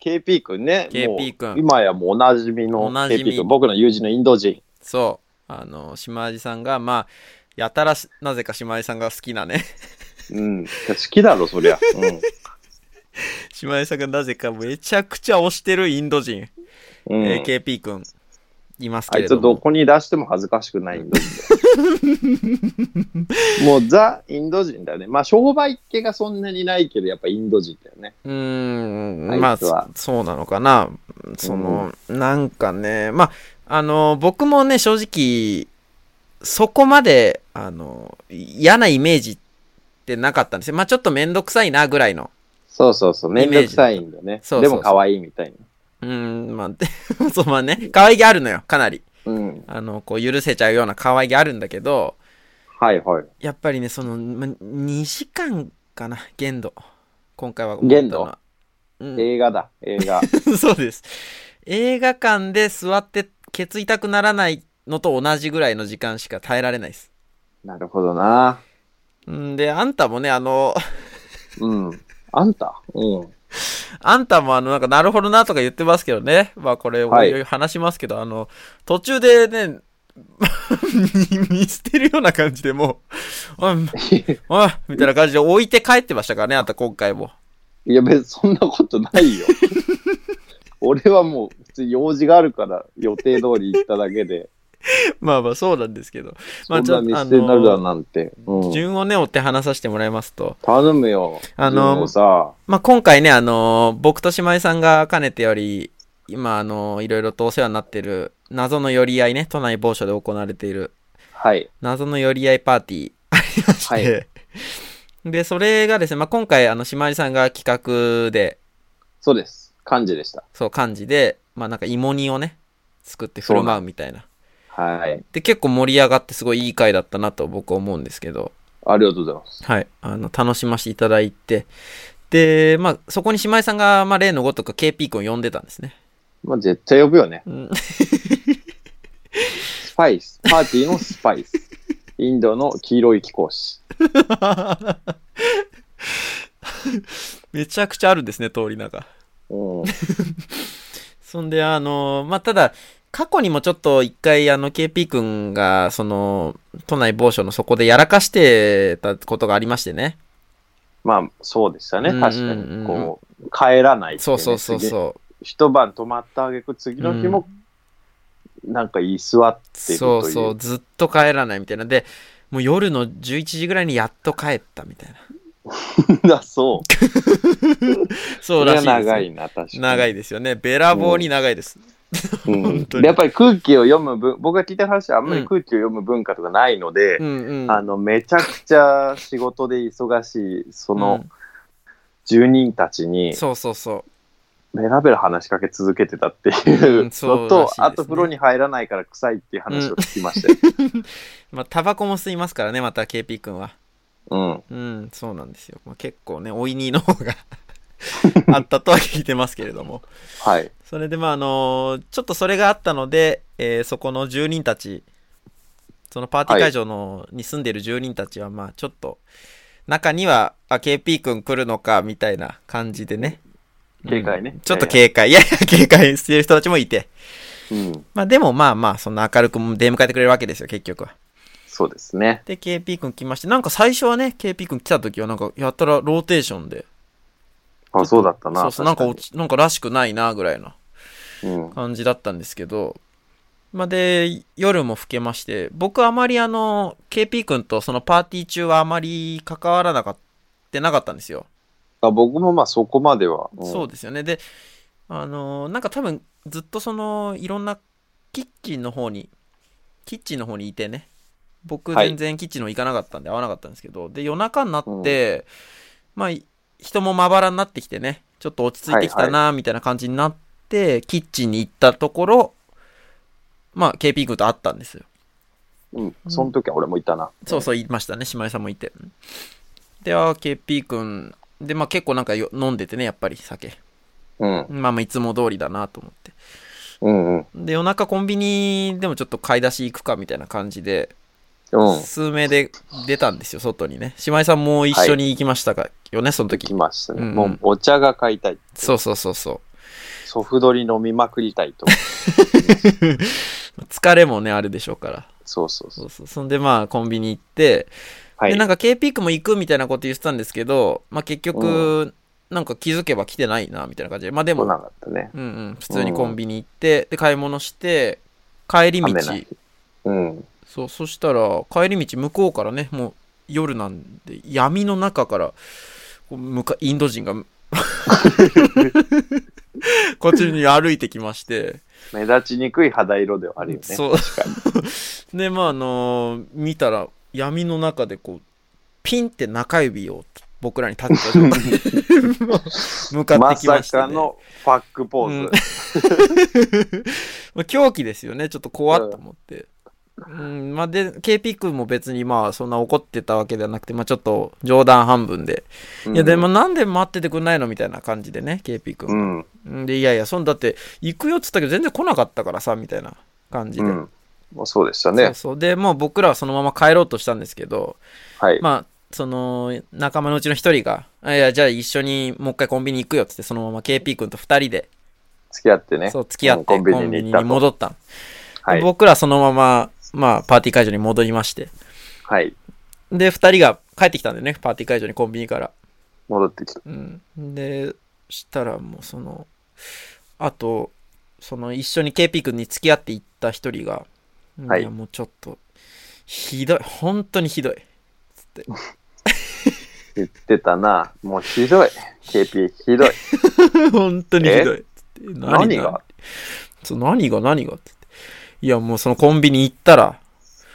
B: KP 君ね。
C: KP
B: もう
C: 君
B: 今やもうおなじみの
C: おなじみ
B: KP 君。僕の友人のインド人。
C: そう、あの、島地さんが、まあ、やたらしなぜか島地さんが好きなね。 *laughs*
B: うん。好きだろ、そりゃ。う
C: 島地さんがなぜかめちゃくちゃ推してるインド人、
B: ん。うん
C: えー KP 君、います
B: あ
C: け
B: い
C: れ
B: つ
C: ど
B: ど
C: も。 *laughs*
B: こに出しても恥ずかしくないインド人もうザ・インド人だよね。まあ、商売っ気がそんなにないけど、やっぱインド人だよね。
C: うー
B: あ
C: ん、
B: い
C: まあ、
B: つは
C: そそうなのかな。その、なんかね、まあ、あの、僕もね、正直、そこまで、あの、嫌なイメージってなかったんですよ。まあ、ちょっとめんどくさいな、ぐらいの。
B: そうそうそう、めんどくさいんだよね。
C: そうそう
B: で
C: そう
B: も可愛いみたいな。
C: うーん、まあ、で *laughs* そう、まあね、可愛げあるのよ、かなり。
B: うん。
C: あの、こう、許せちゃうような可愛げあるんだけど、
B: はいはい。
C: やっぱりね、その、ま、2時間かな、限度。今回は思
B: 限
C: ったの
B: 度
C: は。うん、
B: 映画だ、映
C: *laughs*
B: 画。
C: そうです。映画館で座ってケツ痛くならないのと同じぐらいの時間しか耐えられないです。
B: なるほどな。
C: んで、あんたもね、あの、 *laughs*
B: うん。あんたうん。
C: あんたもあの、なんか、なるほどなとか言ってますけどね。まあ、これ、おいおい話しますけど、あの、途中でね、 *laughs* 見捨てるような感じでも
B: *laughs*
C: う、おい、おい、みたいな感じで置いて帰ってましたからね、あんた今回も。
B: いや、別にそんなこと
C: *laughs*
B: ないよ。俺はもう、普通に用事があるから、予定通り行っただけで、
C: まあまあ、そうなんですけど。 *laughs*
B: そ
C: まあ
B: ん
C: ち
B: な
C: ょっと
B: 見捨てになるだなんて。うん、
C: 順をね、追って話させてもらいますと、
B: 頼むよ。
C: あの
B: もうさ、
C: まあ、今回ね、あのー僕と姉妹さんがかねてより、今、あのーいろいろとお世話になってる、謎の寄り合いね、都内某所で行われている、
B: はい。
C: 謎の寄り合いパーティーありま *laughs* して、で、それがですね、まあ、今回、あの、姉妹さんが企画で、
B: そうです。漢字でした。
C: そう、漢字で、まあ、なんか芋煮をね、作って振る舞うみたいな。
B: はい。
C: で、結構盛り上がって、すごいいい回だったなと僕は思うんですけど、
B: ありがとうございます。
C: はい、あの楽しませていただいて、で、まあ、そこに姉妹さんが、まあ、例のごとく KP 君を呼んでたんですね。
B: まあ、絶対呼ぶよね。
C: うん
B: スパイス。パーティーのスパ
C: *laughs*
B: イス。インドの黄色い貴公子。
C: めちゃくちゃあるんですね、通りなんか。
B: うん。
C: そんで、あの、まあ、ただ、過去にもちょっと一回、あの、KP 君が、その、都内某所のそこでやらかしてたことがありましてね。
B: まあ、そうでしたね。
C: うん
B: 確か
C: うんうんうん
B: に。こう、帰らないってね、
C: そうそうそう
B: 次
C: そ
B: 一晩泊まったあげく、次の日も、なんか居座っ
C: う。
B: てるとい
C: そ
B: う。
C: うそう、ずっと帰らないみたいな。で、もう夜の11時ぐらいにやっと帰ったみたいな。
B: だそう。
C: そ
B: そ
C: う
B: れ
C: らし
B: はい
C: ですよ。
B: 長いな、確かに。
C: 長いですよね。べらぼうに長いです。
B: うん
C: 本当に
B: でやっぱり空気を読む文、僕が聞いた話はあんまり空気を読む文化とかないので、
C: うんうん。
B: あの、めちゃくちゃ仕事で忙しい、その住人たち
C: うん
B: に、
C: そうそうそ
B: ベラベラ話しかけ続けてたって
C: う
B: いうんの
C: そうらしい
B: と、
C: ですね
B: あと風呂に入らないから臭いっていう話を聞きましたよ。
C: *laughs* う。まあ、タバコも吸いますからね、また KP 君は。
B: うん。
C: うん、そうなんですよ。まあ、結構ね、おいにの方が *laughs* あったとは聞いてますけれども。
B: はい。
C: それで、まあ、あのーちょっとそれがあったので、えーそこの住人たち、そのパーティー会場の、に住んでる住人たちは、まあ、ちょっと、中には、あ、KP 君来るのか、みたいな感じでね。
B: 警戒ね
C: うんちょっと警戒。いやいや、警戒してる人たちもいて。
B: うん。
C: まあ、でも、まあまあ、そんな明るく出迎えてくれるわけですよ、結局は。
B: そうですね。
C: で、KP 君来まして、なんか最初はね、KP 君来た時は、なんか、やったらローテーションで、
B: あ、そうだったな。
C: そうそう、なんか
B: 確
C: 落ち、なんからしくないな、ぐらいの
B: にうん。
C: 感じだったんですけど、まあ、で、夜も更けまして、僕あまりあの、KP 君とそのパーティー中はあまり関わらなかってなかったんですよ。
B: あ僕もまあそこまでは。うん
C: そうですよね。で、あのーなんか多分、ずっとその、いろんなキッチンの方に、キッチンの方にいてね、僕
B: はい
C: 全然キッチンの方行かなかったんで会わなかったんですけど、で、夜中になって、まあ、い人もまばらになってきてね、ちょっと落ち着いてきたな、みたいな感じになって、キッチンに行ったところ、まあ、KP 君と会ったんですよ。
B: うん。その時は俺もいたな。
C: そうそう、言いましたね。姉妹さんもいて。で、あー KP 君、で、まあ結構なんかよ飲んでてね、やっぱり酒。
B: うん。
C: まあまあいつも通りだなと思って。
B: うんうん。
C: で、夜中コンビニでもちょっと買い出し行くかみたいな感じで、
B: うん。
C: 数名で出たんですよ、外にね。姉妹さんも一緒に行きましたか、よね、その
B: でき
C: 時。
B: ましたね。
C: うんうん
B: もうお茶が買いたい。
C: そうそうそうそ
B: ソフドリ飲みまくりたいと。
C: う。疲れもね、あるでしょうから。
B: そうそうそ。
C: そううそう。そんでまあコンビニ行って、
B: はい。
C: で、なんか KP 君も行くみたいなこと言ってたんですけど、まあ結局、なんか気づけば来てないな、みたいな感じで。まあで
B: 来
C: も、
B: なかったね。
C: うんうん、普通にコンビニ行って、で買い物して帰り道
B: 雨ない日うん。
C: そう、そしたら、帰り道、向こうからね、もう夜なんで、闇の中から、こう向かインド
B: *laughs*
C: 人が、こっちに歩いてきまして、
B: 目立ちにくい肌色ではあるよね。
C: そう。 *laughs* で、まあ、あのー見たら、闇の中で、こう、ピンって中指を僕らに立てた状態で、
B: *laughs*
C: 向かっ
B: ま
C: てきま
B: さ
C: した、
B: か
C: ね。
B: のファックポーズ。
C: まあ、狂気ですよね。ちょっと怖っと思って。うん、まあ、で、KP 君も別にまあ、そんな怒ってたわけではなくて、まあ、ちょっと冗談半分で。
B: うん
C: いや、でも、なんで待っててくんないのみたいな感じでね、KP
B: う
C: 君。
B: ん。
C: うん、で、いやいや、そんだって、行くよっつったけど全然来なかったからさ、みたいな感じ
B: う
C: で。
B: ん。もうそうでした
C: そう
B: ね。
C: そう。で、もう僕らはそのまま帰ろうとしたんですけど、
B: はい。
C: まあ、その、仲間のうちの一人が、あいや、じゃあ一緒にもう一回コンビニ行くよっつって、そのまま KP 君と二人で、
B: 付き合ってね。
C: そう、付き合ってコ
B: コ
C: ン
B: ン
C: ビ
B: ビ
C: ニ
B: ニに
C: に
B: 行ったと
C: 戻ったの
B: はい。
C: 僕らそのまま、まあ、パーティー会場に戻りまして。
B: はい。
C: で、二人が帰ってきたんだよね、パーティー会場にコンビニから。
B: 戻ってきた。
C: うん。で、したらもうその、あと、その一緒に KP 君に付き合っていった一人が、
B: はい
C: や、もうちょっと、ひどい、本当にひどい。つって。
B: 言ってたな。もうひどい。KP ひ
C: *laughs*
B: どい。
C: 本当にひどい。つって
B: 何が
C: そう何が何がってって。いや、もうそのコンビニ行ったら、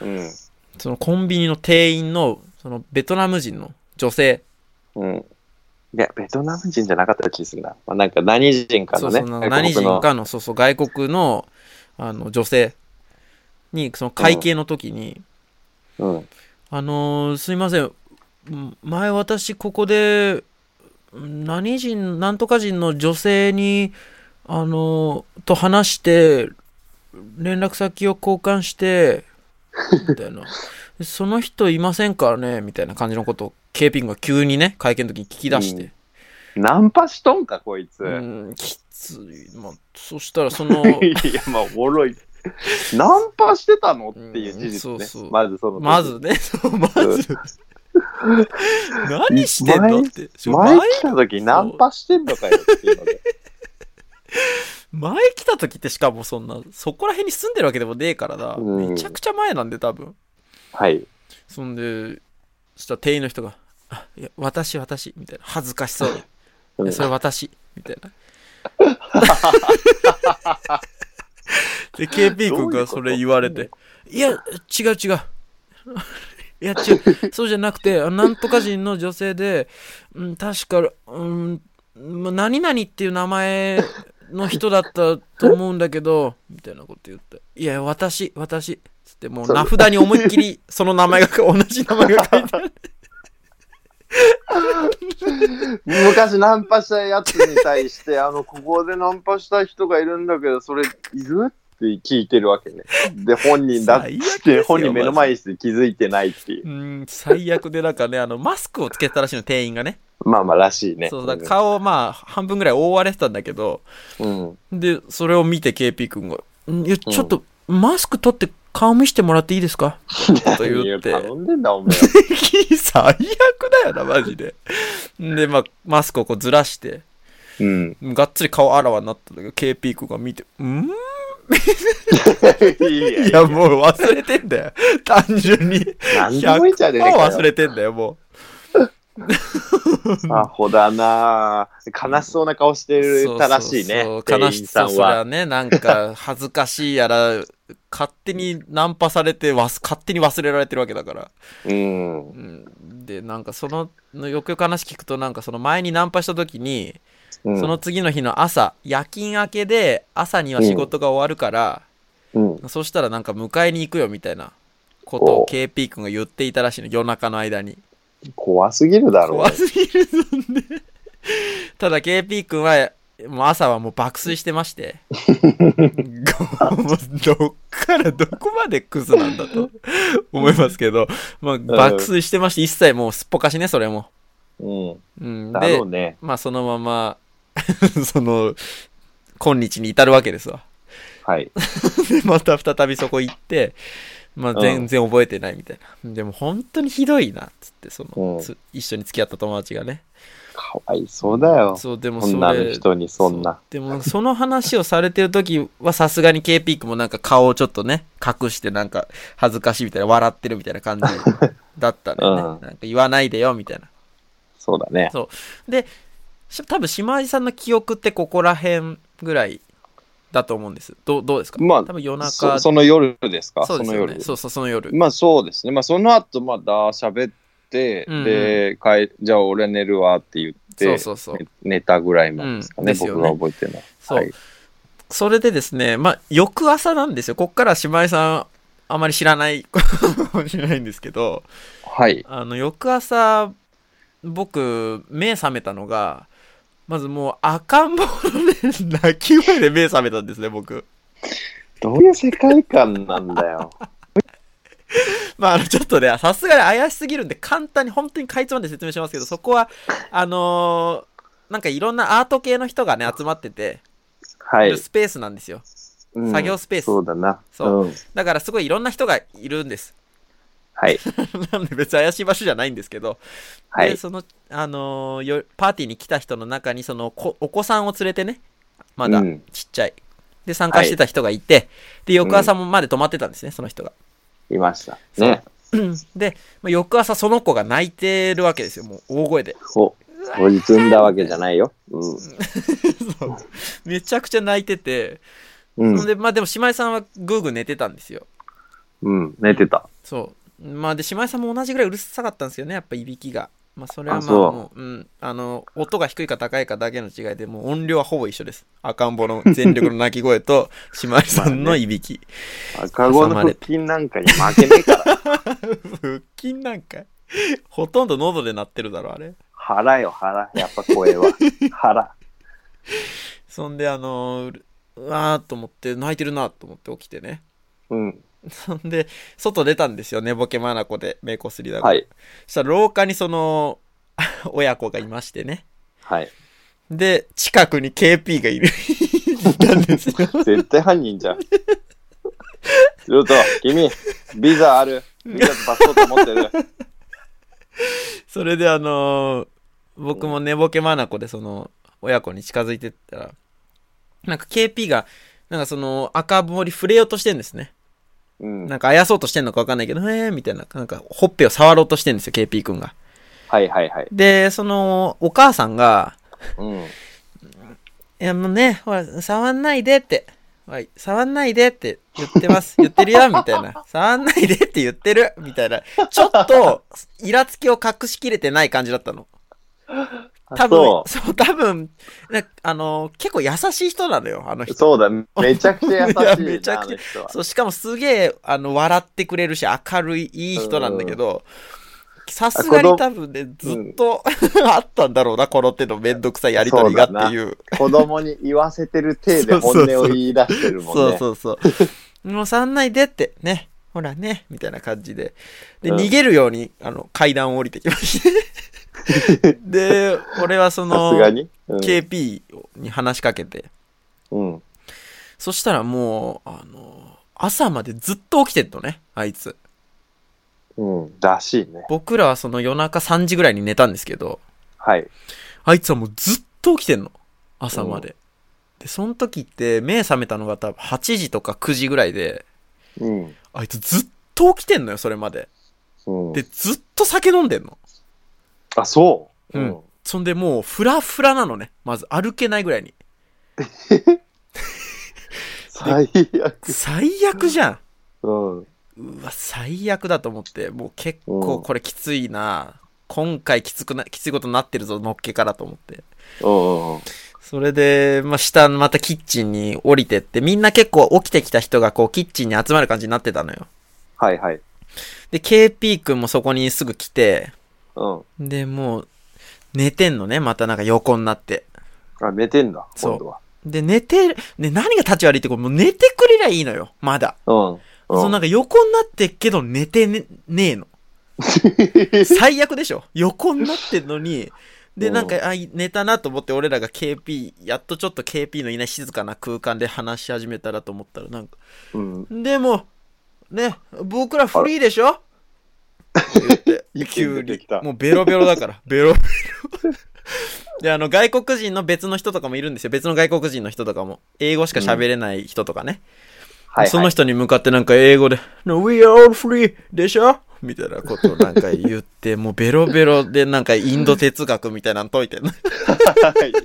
B: うん。
C: そのコンビニの店員の、そのベトナム人の女性、
B: うん。いや、ベトナム人じゃなかった気するな。まあ、なんか何人か
C: そ
B: の
C: う
B: ね。
C: そうな
B: 外
C: 何
B: 国の
C: 人かのそうそう外国のあの女性にその会計の時に
B: うん。
C: 「あのーすいませんうん前私ここでうん何人何とか人の女性にあのーと話して連絡先を交換して」みたいな「その人いませんからね」みたいな感じのことを K ピンが急にね会見の時に聞き出して。
B: ナンパしとんか、こいつ。
C: うん、きつい、まあ、そしたらその
B: *laughs* いや、まあ、おもろい。ナンパしてたのっていう事実ね。
C: うんそうそう
B: まずその。
C: ま。ずね、 *laughs* そうまず。何してんのって。
B: 前
C: 前
B: 来た時ナンパしてんのかよっていうので。
C: 前来た時ってしかもそんな、そこら辺に住んでるわけでもねえからな。
B: うん
C: めちゃくちゃ前なんで多分。
B: はい。
C: そんで、そしたら店員の人が、あいや、私、私、みたいな。恥ずかしそうに。
B: う
C: い
B: ん
C: やそれ私、みたい
B: *laughs*
C: な。で、KP 君がそれ言われて、いや、違う *laughs* 違う。いや、違う、そうじゃなくて、あなんとか人の女性で、うん、確か、うん、ま何々っていう名前の人だったと思うんだけど、 *laughs* みたいなこと言って、いや、私、私、つって、もう名札に思いっ
B: *laughs*
C: きりその名前が、同じ名前が書いてある。
B: 昔ナンパしたやつに対して、 *laughs* あの、ここでナンパした人がいるんだけど、それいるって聞いてるわけね。で、本人だっ
C: 最悪です
B: て、
C: よ
B: 本人目の前にして気づいてないっていう
C: う。ん、最悪で、なんかね、あの、マスクをつけてたらしいの、店員がね。
B: まあまあ、らしいね。
C: そうだから顔をまあ半分ぐらい覆われてたんだけど
B: うん。
C: でそれを見て KP 君が「んいやちょっとマスク取って顔見してもらっていいですか?」 *laughs* みたいなこと言っ
B: *laughs*
C: て
B: 頼んでんだ、お前。
C: 最悪だよなマジででまあマスクをこうずらして *laughs*
B: うん。
C: がっつり顔あらわになったんだけど KP 君が見て「うん?」
B: いや
C: いやもう忘れてんだよ単純に
B: なんでもいいじゃねえか
C: 100%
B: よ
C: 忘れてんだよも
B: あほだな悲しそうな顔して
C: う
B: るたらしいね。
C: そうそうそう
B: 店
C: 悲
B: 員
C: し
B: さ
C: さ
B: ん
C: そりゃ
B: は。
C: ねなんか恥ずかしいやら勝手にナンパされてわす勝手に忘れられてるわけだから
B: うん。
C: うんでなんかそののよくよく話聞くとなんかその前にナンパした時に、
B: うん
C: その次の日の朝夜勤明けで朝には仕事が終わるから、
B: うん。
C: そしたらなんか迎えに行くよみたいなことを
B: お
C: KP 君が言っていたらしいの夜中の間に
B: 怖すぎるだろ
C: 怖すぎるそんでただ KP 君はもう朝はもう爆睡してまして
B: *laughs*
C: もうどっからどこまでクズなんだ
B: *laughs*
C: と思いますけど、まあ、爆睡してまして一切もうすっぽかしねそれも、
B: う。うん。
C: うん、
B: だ
C: で
B: ろうね。
C: まあそのまま *laughs* その今日に至るわけですわ
B: はい。
C: でまた再びそこ行って、まあ、
B: う
C: 全
B: ん
C: 然覚えてないみたいな、でも本当にひどいなっつってその、
B: うん
C: つ一緒に付き合った友達がね
B: かかわいそうだよ。
C: そう、でもそれ。
B: 女の人にそんな。
C: でもなんかその話をされてる時はさすがに K ピークもなんか顔をちょっとね、隠してなんか恥ずかしいみたいな、笑ってるみたいな感じだったのよね。
B: うん
C: なんか言わないでよみたいな。
B: そうだね。
C: し多分島地さんの記憶ってここら辺ぐらいだと思うんです。どうどうですか
B: まあ
C: 多分夜中
B: そその夜ですか
C: そう
B: そ
C: です
B: の
C: よ
B: 夜
C: ね。。そうそう、その夜。
B: まあそうですね。まあその後まだ喋って、
C: うんうん
B: で帰、じゃあ俺寝るわって言って、
C: そうそうそう
B: ね。寝たぐらいまでですか
C: うんで
B: ね、
C: すよね
B: 僕が覚えてるのは。
C: そう、
B: はい
C: それでですね、まあ、翌朝なんですよ。こっから島井さん、あまり知らないかもしれないんですけど、
B: はい。
C: あの、翌朝、僕、目覚めたのが、まずもう赤ん坊のね、泣き声で目覚めたんですね、僕。
B: どういう世界観なんだよ。
C: まあ、あの、ちょっとね、さすがに怪しすぎるんで、簡単に、本当にかいつまんで説明しますけど、そこは、あのーなんかいろんなアート系の人がね、集まってて、
B: はい。
C: スペースなんですよ。
B: うん
C: 作業スペース
B: そうだな。
C: そ
B: ん
C: だからすごいいろんな人がいるんです。 *laughs*
B: はい。
C: なんで別に怪しい場所じゃないんですけど、
B: は
C: で
B: い。
C: その、あのーよパーティーに来た人の中にそのこお子さんを連れてねまだ
B: うん
C: ちっちゃい、で参加してた人がいて、で翌朝もまで泊まってたんですね、その人が
B: いました。ね。
C: で、まあ、翌朝その子が泣いてるわけですよもう大声で
B: そう。当日産んだわけじゃないよ。うん。
C: そう *laughs* めちゃくちゃ泣いてて、
B: う
C: そん
B: ん。
C: でまあでも姉妹さんはぐーぐー寝てたんですよ
B: うん。寝てた。
C: そうまあで姉妹さんも同じぐらいうるさかったんですよねやっぱいびきがまあそれは
B: あ
C: まあ
B: そう
C: もううんあの音が低いか高いかだけの違いでもう音量はほぼ一緒です赤ん坊の全力の泣き声と姉妹さんのいびき、
B: 赤子の腹筋なんかに負けねえから。
C: 腹筋なんかいほとんど喉で鳴ってるだろあれ
B: 腹よ、腹。やっぱ声
C: *laughs*
B: は。腹。
C: そんであのうるうわーと思って泣いてるなと思って起きてね *laughs*
B: うん。
C: そんで外出たんですよ寝ぼけ眼で目こすりだから、
B: はい。
C: そしたら廊下にその *laughs* 親子がいましてね
B: はい。
C: で、近くに KP がいる。 *laughs* いたんですよ。
B: 絶対犯人
C: *laughs*
B: じゃん。ルート、君、ビザある。ビザとパスポート持ってる。
C: *laughs* それであのー僕も寝ぼけ眼でその、親子に近づいてったら、なんか KP が、なんかその赤ん坊に触れようとしてんですね。
B: うん。
C: な
B: は
C: んかあやそうとしてんのかわかんないけど、えーみたいな、なんかほっぺを触ろうとしてんですよ、KP 君が。
B: いはいはい。
C: で、その、お母さんが、
B: うん。
C: いやもうね、ほら、触んないでって。はい、触んないでって言ってます。言ってるよ、みたい *laughs* な。触んないでって言ってる、みたいな。ちょっと、イラつきを隠しきれてない感じだったの。
B: あ
C: 多分、
B: そ
C: そう多分、なあの、結構優しい人なのよ、あの
B: う。
C: 人。
B: そうだ、めちゃくちゃ優しい
C: い
B: な。
C: やめちゃ
B: あ
C: くちゃ
B: の人は
C: そう、しかもすげえ、あの、笑ってくれるし、明るい、いい人なんだけど、さすがに多分ね、ずっと、 *laughs* あったんだろうな、この手のめんどくさいやりとりがっていう。
B: 子供に言わせてる体で本音を言い出してるもんね。
C: そうそうそう。もう触んないでって、ね。ほらね、みたいな感じで。で、
B: うん
C: 逃げるように、あの、階段を降りてき
B: *laughs*
C: まして。で、俺はそ
B: さ
C: の
B: す、がに。うん
C: KP に話しかけて。
B: うん。
C: そしたらもう、あの、朝までずっと起きてんのね、あいつ。
B: うん。らしいね。
C: 僕らはその夜中3時ぐらいに寝たんですけど、
B: はい。
C: あいつはもうずっと起きてんの。朝まで。で、その時って目覚めたのが多分8時とか9時ぐらいで、
B: うん。
C: あいつずっと起きてんのよ、それまで。
B: うん、
C: で、ずっと酒飲んでんの。
B: あ、そう。
C: うんそんでもう、フラフラなのね。まず歩けないぐらいに。
B: 最悪。
C: 最悪じゃ
B: うん。
C: ん。うわ、最悪だと思って、もう結構これきついな。今回きつくな、きついことになってるぞ、のっけからと思って。
B: うん。
C: それで、まあ、下、またキッチンに降りてって、みんな結構起きてきた人がこう、キッチンに集まる感じになってたのよ。
B: はいはい。
C: で、KP 君もそこにすぐ来て、
B: うん。
C: で、もう、寝てんのね、またなんか横になって。
B: あ、寝てんだ、
C: そう
B: 今度は。
C: で、寝てる、で、何が立ち悪いって、これもう寝てくれりゃいいのよ、まだ。
B: うん。
C: そのなんか横になってっけど寝てね
B: *laughs*
C: ねえの。最悪でしょ横になってんのに。で、
B: うん
C: なんか、あ、寝たなと思って、俺らが KP、やっとちょっと KP のいない静かな空間で話し始めたらと思ったら、なんか、
B: *laughs* うん。
C: でも、ね、僕らフリーでしょって言って
B: *laughs* 意見
C: 急
B: 出て
C: に
B: きた。 *laughs*
C: もうベロベロだから、ベロベロ。で、あの、外国人の別の人とかもいるんですよ。別の外国人の人とかも。英語しか喋れない人とかね。
B: はい、
C: その
B: はい。
C: 人に向かってなんか英語で、No, we are all free! でしょみたいなことをなんか言って、もうベロベロでなんかインド哲学みたいなの解いてる
B: イ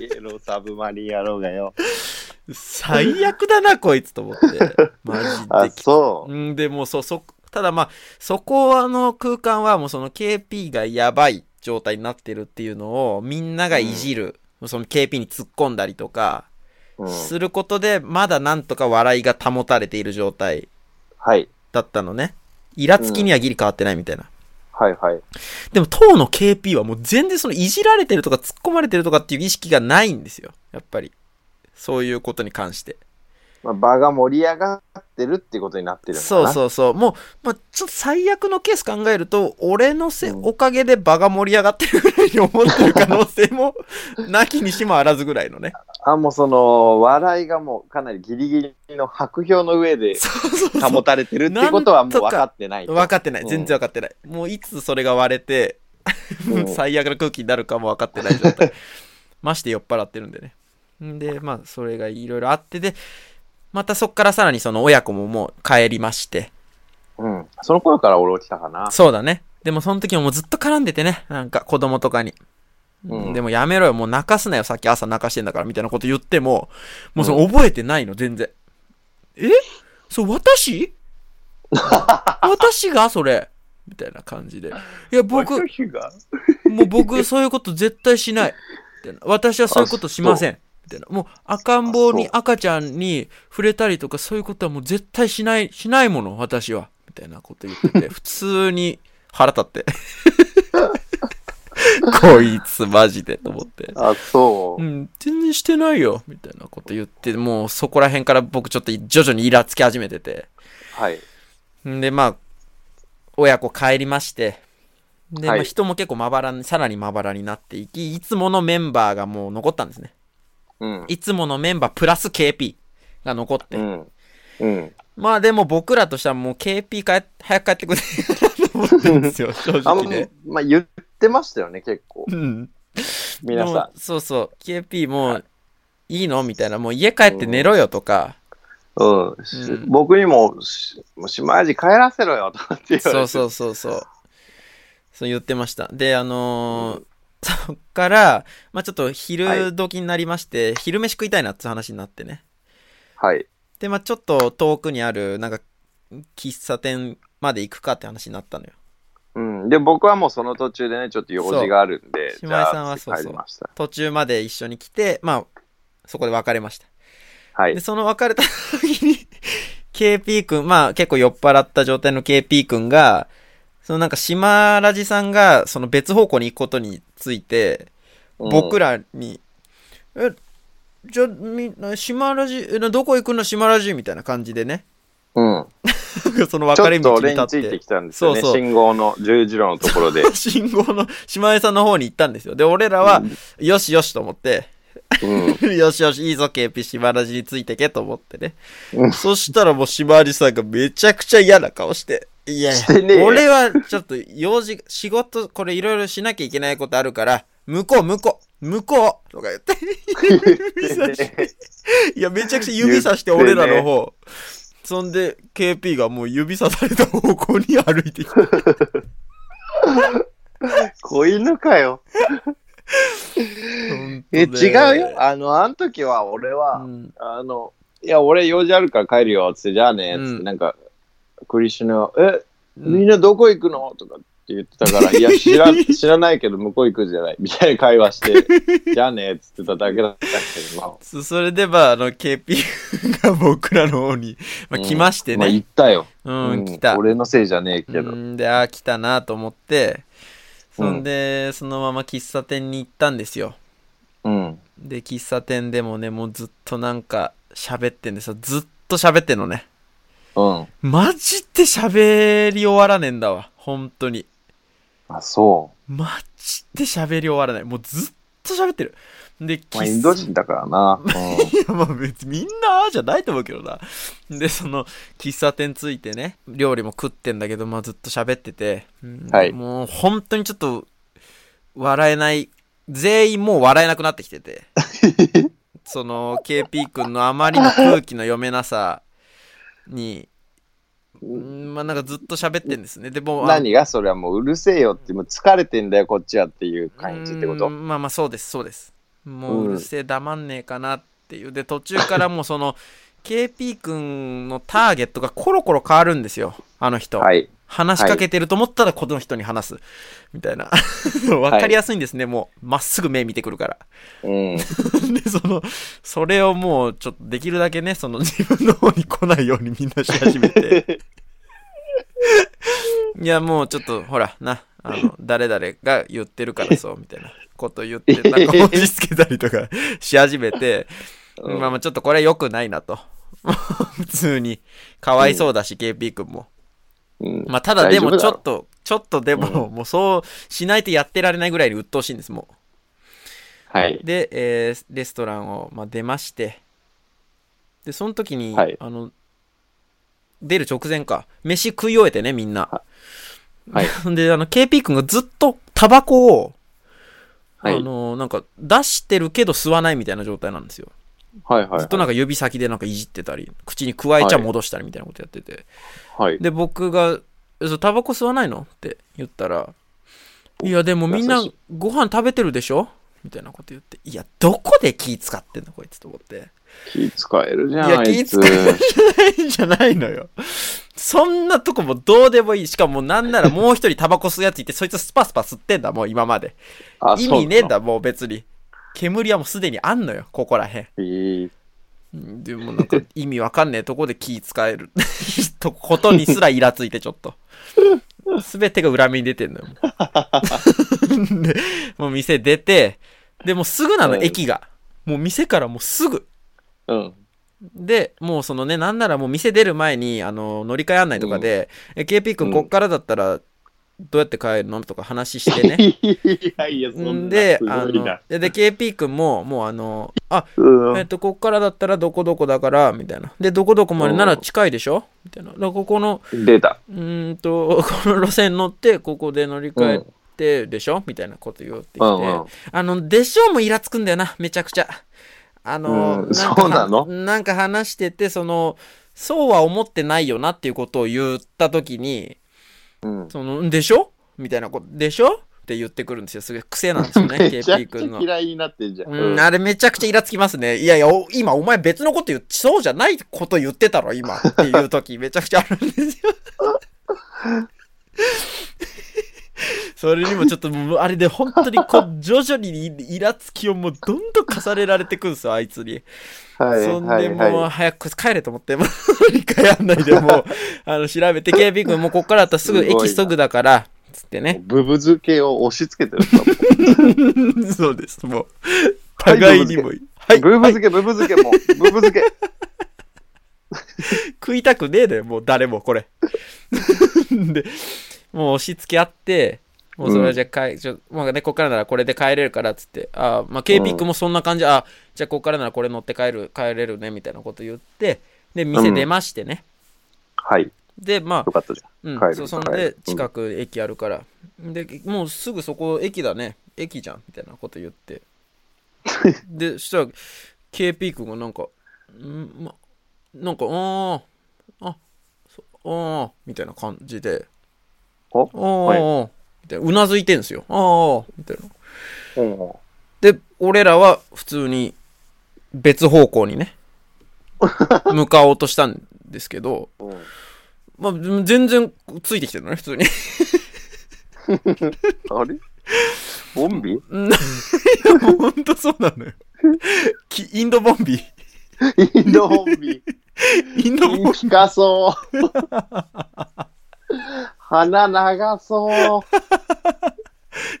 B: エローサブマリン野郎がよ。
C: *laughs* 最悪だな、こいつと思って。 *laughs* マジ
B: あ、
C: で
B: そ
C: うん、でもうそう、そ、ただまあ、そこの空間はもうその KP がやばい状態になってるっていうのをみんながいじる。その KP に突っ込んだりとか、
B: う。うん。
C: することで、まだなんとか笑いが保たれている状態
B: はい。
C: だったのね。イラつきにはギリ変わってないみたいな。
B: はい、はい。
C: でも当の KP はもう全然そのいじられてるとか突っ込まれてるとかっていう意識がないんですよ。やっぱり。そういうことに関して。
B: まあ、場が盛り上がってるってことになってるのか
C: そ
B: な
C: うそうそう。もう、まあ、ちょっと最悪のケース考えると、俺のせ、
B: うん
C: おかげで場が盛り上がってるぐらいに思ってる可能性も、なきにしもあらずぐらいの *laughs* ね。
B: あ、もうその、笑いがもうかなりギリギリの白氷の上で
C: そうそうそ。。
B: 保たれてるってことはもう分かってないう
C: 分かってない。
B: うん
C: 全然分かってない。もういつそれが割れて、
B: うん
C: *laughs* 最悪の空気になるかも分かってない状態。まして酔っ払ってるんでね。んで、まあ、それがいろいろあってで、またそっからさらにその親子ももう帰りまして、
B: うん。その頃から俺起きたかな。
C: そうだね。でもその時ももうずっと絡んでてね。なんか子供とかに。
B: うん
C: でもやめろよ。もう泣かすなよ。さっき朝泣かしてんだから。みたいなこと言っても、もうその覚えてないの、全然。えそ
B: *laughs*
C: う、私私がそれ。みたいな感じで。いや、僕、も
B: 私が
C: う僕、そういうこと絶対しない。みたいな私はそういうことしません。みたいな。もう赤ん坊に
B: あ
C: 赤ちゃんに触れたりとかそういうことはもう絶対しない、しないもの、私は。みたいなこと
B: *laughs*
C: 言ってて、普通に腹立って。こいつマジでと思って。
B: あ、そうう。
C: ん、全然してないよ。みたいなこと言って、もうそこら辺から僕ちょっと徐々にイラつき始めてて。
B: はい。
C: んで、まあ、親子帰りまして、で、
B: はい
C: まあ、人も結構まばらに、さらにまばらになっていき、いつものメンバーがもう残ったんですね。
B: うん。
C: いつものメンバープラス KP が残って。
B: うん。うん。
C: まあでも僕らとしてはもう KP 帰っ早く帰ってくれと思ってるんですよ、正
B: *laughs* あ
C: 直ね。
B: まあ、言ってましたよね、結構。
C: うん。
B: 皆
C: でも
B: さ
C: そうそう。KP もういいのみたいな。もう家帰って寝ろよとか。
B: ん。うん。
C: ん
B: 僕にも、しもう島味帰らせろよ、とかって言われて。
C: そうそうそうそう。そう言ってました。で、あのーそっから、まあちょっと昼時になりまして、昼飯食いたいなって話になってね。
B: はい。
C: で、まあちょっと遠くにある、なんか、喫茶店まで行くかって話になったのよ。
B: うん。で、僕はもうその途中でね、ちょっと用事があるんで、
C: そう
B: じゃあ
C: 島井さんはそうそう
B: 帰りました。
C: 途中まで一緒に来て、まあ、そこで別れました。
B: はい
C: で、。その別れた時に、KP 君、まあ結構酔っ払った状態の KP 君が、そのなんか島ラジさんが、その別方向に行くことについて、僕
B: ら、
C: らに、え、じゃあみんな、島ラジ、え、などこ行くの島ラジみたいな感じでね、
B: うん。
C: その
B: ち
C: 別
B: ょ
C: れ
B: っと
C: 道に
B: 俺につ
C: 立
B: い
C: って
B: てき。たんですよね。
C: そうそう
B: 信号の十字路のところ
C: *laughs*
B: で。
C: 信号の島江さんの方に行ったんですよ。で、俺らは、よしよしと思って、
B: うん。
C: *laughs* よしよし、いいぞ、KP、島ラジについてけと思ってね。
B: うん
C: そしたらもう島ラジさんがめちゃくちゃ嫌な顔して。いやい
B: してねえ
C: や、
B: よ
C: 俺はちょっと用事、仕事、これいろいろしなきゃいけないことあるから、向こう、向こう、向こうとか言って。
B: *laughs*
C: いや、めちゃくちゃ指さして俺らの方。そんで、KP がもう指さされた方向に歩いてきた。
B: 子犬かよ。え、違うよ。あの、あの時は俺は、
C: うん
B: あの、いや、俺用事あるから帰るよ、つって、じゃあね、つって、
C: うん
B: なんか、クリシュナが、え、みんなどこ行くのとかって言ってた
C: *laughs*
B: から、いや、知ら、知らないけど向こう行くじゃない、みたいな会話
C: *laughs*
B: して、じゃあね、つってただけだったけど、まあ、
C: そそれで、まあ、あの、KP が僕らの方に、まあ、
B: うん
C: 来まして
B: まあ、
C: ね。
B: 行ったよ。
C: うん、
B: うん
C: 来た。
B: 俺のせいじゃねえけど。
C: うんで、あー来たなと思って、そんで、そのまま喫茶店に行ったんですよ。
B: うん。
C: で、喫茶店でもね、もうずっとなんか喋ってんですよ。ずっと喋ってんのね。
B: うん。
C: マジで喋り終わらねえんだわ。本当に。
B: あ、そ
C: マジで喋り終わらない。もうずっと喋ってる。で、
B: う。まあ、イ
C: 喫
B: ンド人だからな。
C: いやまあ別にみんなああじゃないと思うけどな。で、その、喫茶店ついてね、料理も食ってんだけど、まあずっと喋ってて、うん
B: はい
C: もう本当にちょっと、笑えない全員もう笑えなくなってきてて。その、KP 君のあまりの空気の読めなさに、うんまあなんかずっと喋ってんですね。でも、あの
B: 何がそれはもううるせえよって、もう疲れてんだよ、こっちはっていう感じってこ
C: うー
B: と。
C: んまあまあそうですそうですもううるせえ黙んねえかなっていうで途中からもうその KP 君のターゲットがコロコロ変わるんですよあの人、
B: はい。
C: 話しかけてると思ったらこの人に話すみたいな *laughs* わかりやすいんですね、もうまっすぐ目見てくるから
B: うん。
C: *laughs* でそのそれをもうちょっとできるだけねその *laughs* 自分の方に来ないようにみんなし始めて *laughs* いやもうちょっとほらなあの誰々が言ってるからそうみたいなこと言ってなんか押し付けたりとかし始めて、まあまあちょっとこれ良くないなと *laughs* 普通にかわいそうだし、KP 君も
B: うん
C: まあただでも
B: 大
C: ち
B: 丈
C: ょ
B: 夫だろ
C: っとちょっとでも、もうそうしないとやってられないぐらいに鬱陶しいんですもう
B: はい。
C: で、えーレストランを、まあ、出ましてでその時に、
B: はい
C: あの出る直前か飯食い終えてねみんな、 *laughs*
B: はい
C: であの KP 君がずっとタバコを、
B: はい
C: あのなんか出してるけど吸わないみたいな状態なんですよ
B: はいは
C: ずっとなんか指先でなんかいじってたり口に加えちゃ
B: はい
C: 戻したりみたいなことやってて、
B: い。はい。
C: で僕がえ「そうタバコ吸わないの?」って言ったら「いやでもみんな
B: 優しい
C: ご飯食べてるでしょ?」みたいなこと言って「いやどこで気使ってんのこいつ」と思って
B: 気使えるじゃ
C: い
B: ん、
C: や
B: あいつ
C: 気。「いいんじゃないのよそんなとこもどうでもいいしかもなんならもう一人タバコ吸うやついてそいつスパスパ吸ってんだもう今まで
B: あ
C: 意味ねえん。
B: そうな
C: だもう別に煙はもうすでにあんのよここらへん
B: のいい
C: うんでもなんか意味わかんねえとこで気使えるとことにすらイラついてちょっと。すべてが恨みに出てんのよ。もう *laughs* でもう店出て、でもうすぐなの、
B: うん
C: 駅が。もう店からもうすぐ。
B: うん。
C: で、もうそのね、なんならもう店出る前に、あの、乗り換え案内とかで、え KP 君
B: うん
C: こっからだったら、どうやって帰るのとか話してね。
B: いや *laughs* いや、そんな
C: んで、
B: す
C: あ
B: ごい
C: の、
B: な。
C: で、で KP 君も、もうあの、あ、
B: うん
C: えっと、こっからだったらどこどこだから、みたいな。で、どこどこまでなら近いでしょみたいな。だからここの、
B: 出た。
C: うーんと、 *laughs* この路線乗って、ここで乗り換えて、でしょみたいなこと言おうって
B: う
C: 言っ
B: んう
C: て。
B: ん。
C: あの、でしょもイラつくんだよな、めちゃくちゃ。あの、
B: うん
C: か
B: そうなの
C: なんか話してて、その、そうは思ってないよなっていうことを言ったときに、
B: うん
C: その、んでしょみたいなこと、でしょって言ってくるんですよ。すごい癖なんですよね、
B: *laughs* めちゃ
C: KP
B: くち
C: 君の
B: ゃ。嫌いになってんじゃん。
C: うん、あれめちゃくちゃイラつきますね。いやいや、お今お前別のこと言っそうじゃないこと言ってたろ、今。っていう *laughs* 時めちゃくちゃあるんですよ。それにもちょっともう、あれで本当にこう、徐々にイラつきをもうどんどん重ねられてくんですよ、あいつに。
B: はい
C: そん
B: は
C: で
B: いはい
C: もう早く帰れと思って、もう *laughs* 一回案内 *laughs* でもう、あの、調べて、KB 君もうこっからだったらすぐ
B: すごいな
C: 駅すぐだから、つってね。
B: ブブ漬けを押し付けてるんだもん。
C: *laughs* そうです、もう。 *laughs* 互いにも。はい、
B: ブブ漬け、ブブ漬け、もう、ブブ漬け。
C: 食いたくねえだよ、もう誰もこ *laughs* れ。で、もう押し付け合って、もうそれはじゃあかい、ちょまあね、こっからならこれで帰れるからっつって、あーまあ、K ピックもそんな感じ、あじゃあこっからならこれ乗って帰る、帰れるね、みたいなこと言って、で、店出ましてね。
B: はい、
C: で、ま
B: よ
C: あ、
B: かったじ
C: うん、
B: 帰る
C: そうそん
B: 帰
C: で
B: る、
C: 近く駅あるから、で、もうすぐそこ、駅だね、駅じゃん、みたいなこと言って。で、そしたら、KP 君がなんか、んま、なんか、あー、あ、そあー、みたいな感じで、
B: お
C: あー、みたいな、うなずいてんすよ、あー、みたいな。
B: ゃん。うん
C: で、俺らは普通に別方向にね、向かおうとしたんですけど、
B: うん
C: まあ、全然ついてきてるのね、普通に。
B: あれボンビ
C: うん *laughs* いや、もうほんとそうなのよ。きインドボンビ。
B: インドボンビ。
C: *laughs* インドボン
B: ピカそう。鼻長そう。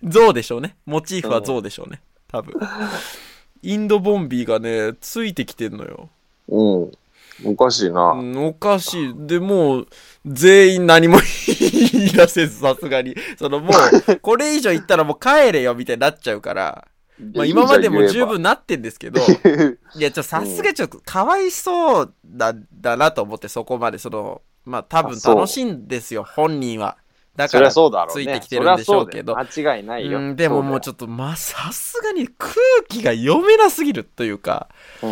C: ビ。象でしょうね。モチーフは象でしょうね。多分。インドボンビーがね、ついてきてんのよ。
B: うん。おかしいうな。
C: んおかしい。で、もう、全員何も言い出せず、さすがに。その、もう、これ以上言ったらもう帰れよ、みたいになっちゃうから。まあ、今までも十分なってんですけど。いや、ちょ、さすがにちょっと、かわいそうだ、だなと思って、そこまで、その、まあ、多分
B: あそう
C: 楽しいんですよ、本人は。だ
B: そ
C: か
B: り
C: ら
B: ゃ、そうだろうね。
C: ついてきてるんでしょうけど
B: そりゃそうだよ間違いないよ。
C: うん、でももうちょっと、まあ、さすがに空気が読めなすぎるというか、
B: そ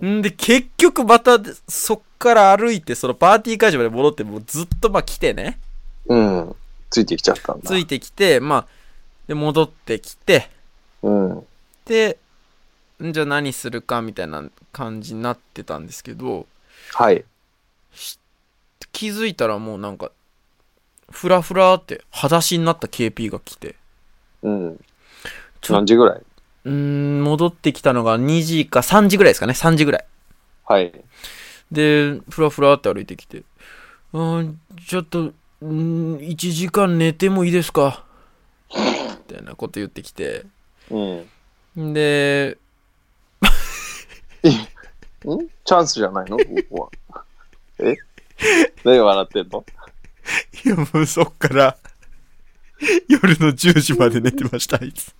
B: うだよ
C: んで、結局また、そっから歩いて、そのパーティー会場まで戻って、もうずっとまあ来てね、
B: うん。うん。ついてきちゃったんだ。
C: ついてきて、まあ、で、戻ってきて、
B: うん。
C: で、んじゃあ何するかみたいな感じになってたんですけど、
B: はい。
C: 気づいたらもうなんか、ふらふらって、裸足になった KP が来て、
B: うん。
C: ちょ
B: 何時ぐらいう
C: ーん、戻ってきたのが2時か3時ぐらいですかね、3時ぐらい。
B: はい。
C: で、ふらふらって歩いてきて、うーん、ちょっと、うーん、1時間寝てもいいですかみたいなこと言ってきて、
B: うん。
C: で、
B: んチャンスじゃないのここは。え何笑ってんの
C: いや、もうそっから、夜の10時まで寝てました、あいつ。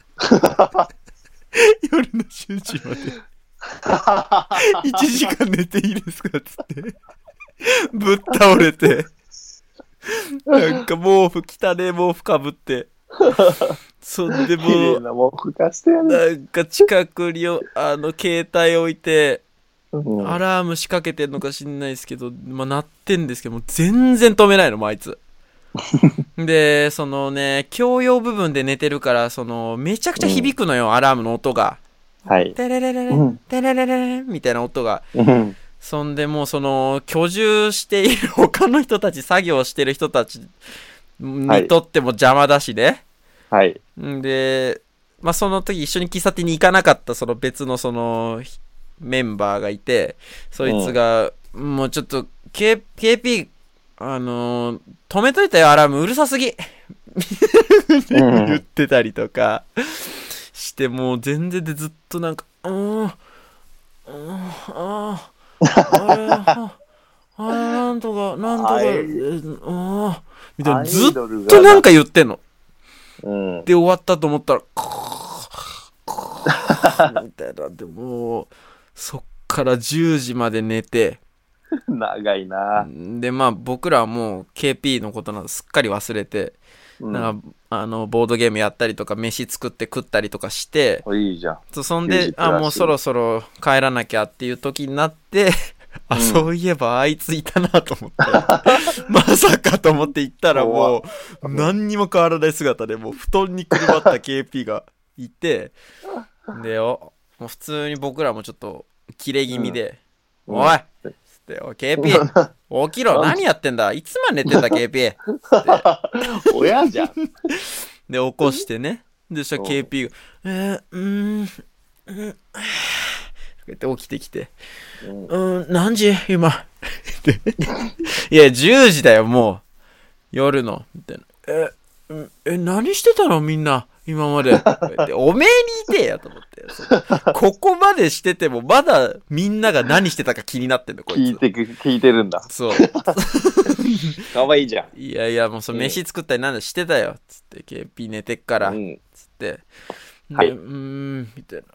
C: 夜の10時まで。1時間寝ていいですかっつって。ぶっ倒れて。なんか毛布、汚ね毛布かぶって。そん
B: 綺
C: でも
B: 麗
C: う、
B: なもん吹かしてやる。
C: なんか近くによ、あの、携帯置いて、
B: うん
C: アラーム仕掛けてんのか知んないですけど、まあ、鳴ってんですけど、もう全然止めないの、もうあいつ。
B: *laughs*
C: で、そのね、共用部分で寝てるから、その、めちゃくちゃ響くのよ、アラームの音が。
B: はい。
C: テレレレレ
B: う
C: ン、
B: ん
C: テレレレレンみたいな音が。
B: うん
C: そんでもうその、居住している他の人たち、作業してる人たち
B: は
C: に
B: い
C: とっても邪魔だしね。
B: はい。
C: んで、まあ、その時一緒に喫茶店に行かなかったその別のそのひメンバーがいてそいつが、もうちょっと、K、p あのー止めといたよアラームうるさすぎ言ってたりとかしてもう全然でずっとなんか「うーんうーんあーあれああれなんとかなんとか
B: は
C: う
B: い
C: ーん」みたいなず
B: ず
C: っ
B: っ
C: と
B: と
C: なんか言ってんの。
B: うん。
C: で終わったと思ったら、クーみたいな。でもう、そっから10時まで寝て、
B: 長いな。
C: で、まあ僕らはもう KP のことなどすっかり忘れて、
B: うん
C: なんかあの、ボードゲームやったりとか、飯作って食ったりとかして、
B: おいいじゃん。
C: そうそん
B: 休
C: で
B: 日、
C: あ、
B: らしい
C: もうそろそろ帰らなきゃっていう時になって、あ、
B: うん
C: そういえばあいついたなと思って、 *laughs* まさかと思って行ったらもう、何にも変わらない姿で、もう布団にくるまった KP がいて、で、お、もう普通に僕らもちょっと、切れ気味で、
B: うん
C: おいつって、おい KP、起きろ、
B: なん
C: 何やってんだいつまで寝てんだ KP!
B: 親じゃん。
C: で、起こしてね。で、そしたら KP が、えー、うーん、うん、こうやって起きてきて、
B: うん
C: うーん、何時今。
B: *laughs*
C: でいや、10時だよ、もう。夜の。みたいな。え、うんえ、何してたのみんな。今まで。こうやっておめえにいてえやと思って。そうここまでしてても、まだみんなが何してたか気になってんの、こ
B: 聞
C: い
B: い
C: つ。
B: てく、聞いてるんだ。
C: そう。
B: かわいいじゃん。
C: いやいや、もうその飯作ったりなんだしてたよ。つって、KP 寝てっから。
B: うん
C: つって、で
B: はいう
C: ーん、みたいな。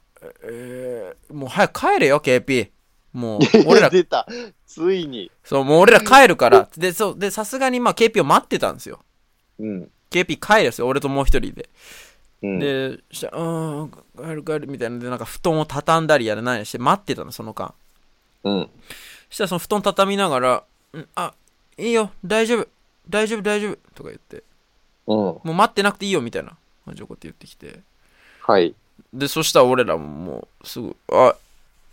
C: えー、もう早く帰れよ、KP。もう、
B: *laughs*
C: 俺ら、
B: 出た。ついに。
C: そう、もう俺ら帰るから。で、そう、で、さすがに、まあ、KP を待ってたんですよ。
B: うん。
C: KP 帰るんですよ、俺ともう一人で。
B: うん
C: で、したら、うーん、帰る帰る、みたいなので、なんか布団を畳んだりやらないして待ってたの、その間。
B: うん。
C: したら、その布団畳みながら、うん、あ、いいよ、大丈夫、大丈夫、大丈夫、とか言って、
B: うん。
C: もう待ってなくていいよ、みたいな感じのこと言ってきて。
B: はい。
C: で、そしたら俺らももう、すぐ、あ、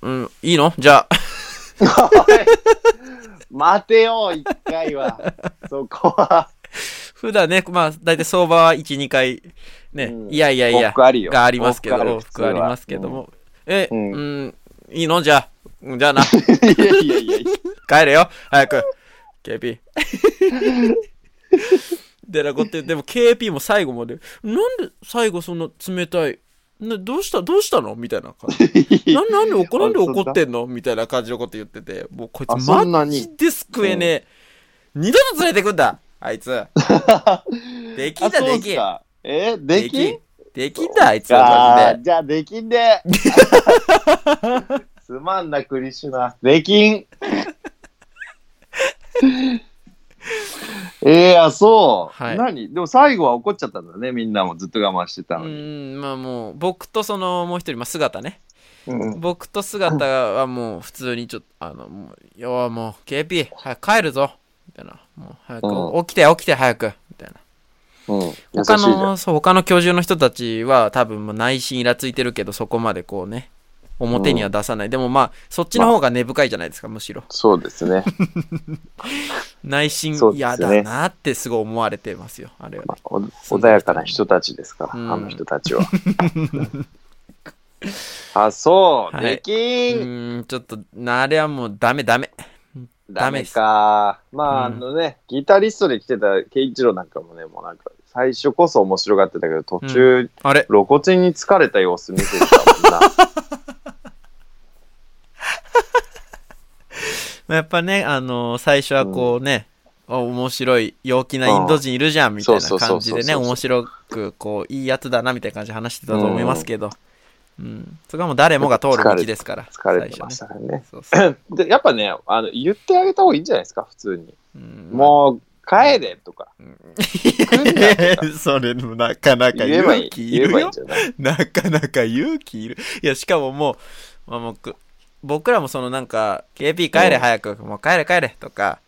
C: うん、いいのじゃあ、
B: 待てよ、一回 *laughs* は。そこは。
C: 普段ね、まあ、大体相場は1、2回、ね、
B: うん
C: いやいやいや、
B: 僕あるよ
C: がありますけど、
B: 往復ある
C: 往復ありますけども、え、う
B: うんん、
C: いいのじゃあ、うんじゃあ
B: *laughs*
C: な、
B: いやいやいやいや。
C: 帰れよ、早く、KP。でなこと言ってでも KP も最後まで、なんで最後そんな冷たい、などうした、どうしたのみた *laughs* いな感じ。ななんで怒なんで怒ってんのみたいな感じのこと言ってて、もうこい
B: あ
C: つ
B: そんな
C: マ
B: に
C: ジで救えねえ。二度と連れてくんだあ
B: *laughs*
C: いつ。できん
B: あ
C: だ、
B: そう
C: で
B: っ
C: き
B: す
C: ん。
B: かえできん
C: んできんだ、あいつはマ
B: あ
C: ジ
B: ー
C: で。
B: じゃあできん
C: *laughs*
B: でつまんなク
C: *laughs*
B: リシュナできんええあ、そう。
C: はい
B: 何でも最後は怒っちゃったんだね、みんなもずっと我慢してた
C: う
B: のに。
C: ーんまあもう僕とそのもう一人、まあ、姿ね
B: うん
C: 僕と姿はもう普通にちょっとあのもういやもう KP 早く帰るぞみたいなもう早く、
B: う
C: 起きて起きて早くみたいな
B: うん。優しいじ
C: 他
B: ゃん。
C: のそう他の教授の人たちは多分もう内心イラついてるけどそこまでこうね表には出さない、でもまあそっちの方が根深いじゃないですかむしろ
B: そうですね。
C: 内心
B: そうです
C: 嫌
B: ね
C: だなってすごい思われてますよあれは
B: まあお穏やかな人たちですから、
C: うん
B: あの人た
C: *laughs*
B: ちは。あ、そう、
C: はい
B: でき、
C: うんーんちょっとなあれはもうダメダメ
B: ダメか。まあ、
C: うん
B: あのね、ギタリストで来てた圭一郎なんかもね、もうなんか、最初こそ面白がってたけど、途中、
C: あれ
B: 露骨に疲れた様子見せてたも
C: *laughs*
B: んな。
C: まあやっぱね、あのー最初はこうね、あ面白い陽気なインド人いるじゃんみたい
B: そうそ
C: な
B: うそ
C: 感
B: う
C: じ
B: そう
C: でね、面白く、こう、いいやつだなみたいな感じで話してたと思いますけど、うん。それはもう誰もが通る道ですから。
B: 疲れてました
C: ね。
B: からね。
C: そうそう。
B: で、やっぱね、あの、言ってあげた方がいいんじゃないですか、普通に。 *laughs*
C: うん
B: もう、帰れとか。来んなとか
C: *laughs* それもなかなか
B: 言えばい
C: 勇
B: い。
C: 気い
B: 言え
C: る
B: ばいいん
C: よ。
B: じゃない
C: なかなか勇気いる。いや、しかももう、まあ、もうく僕らもそのなんか、KP 帰れ早く、もう帰れ帰れとか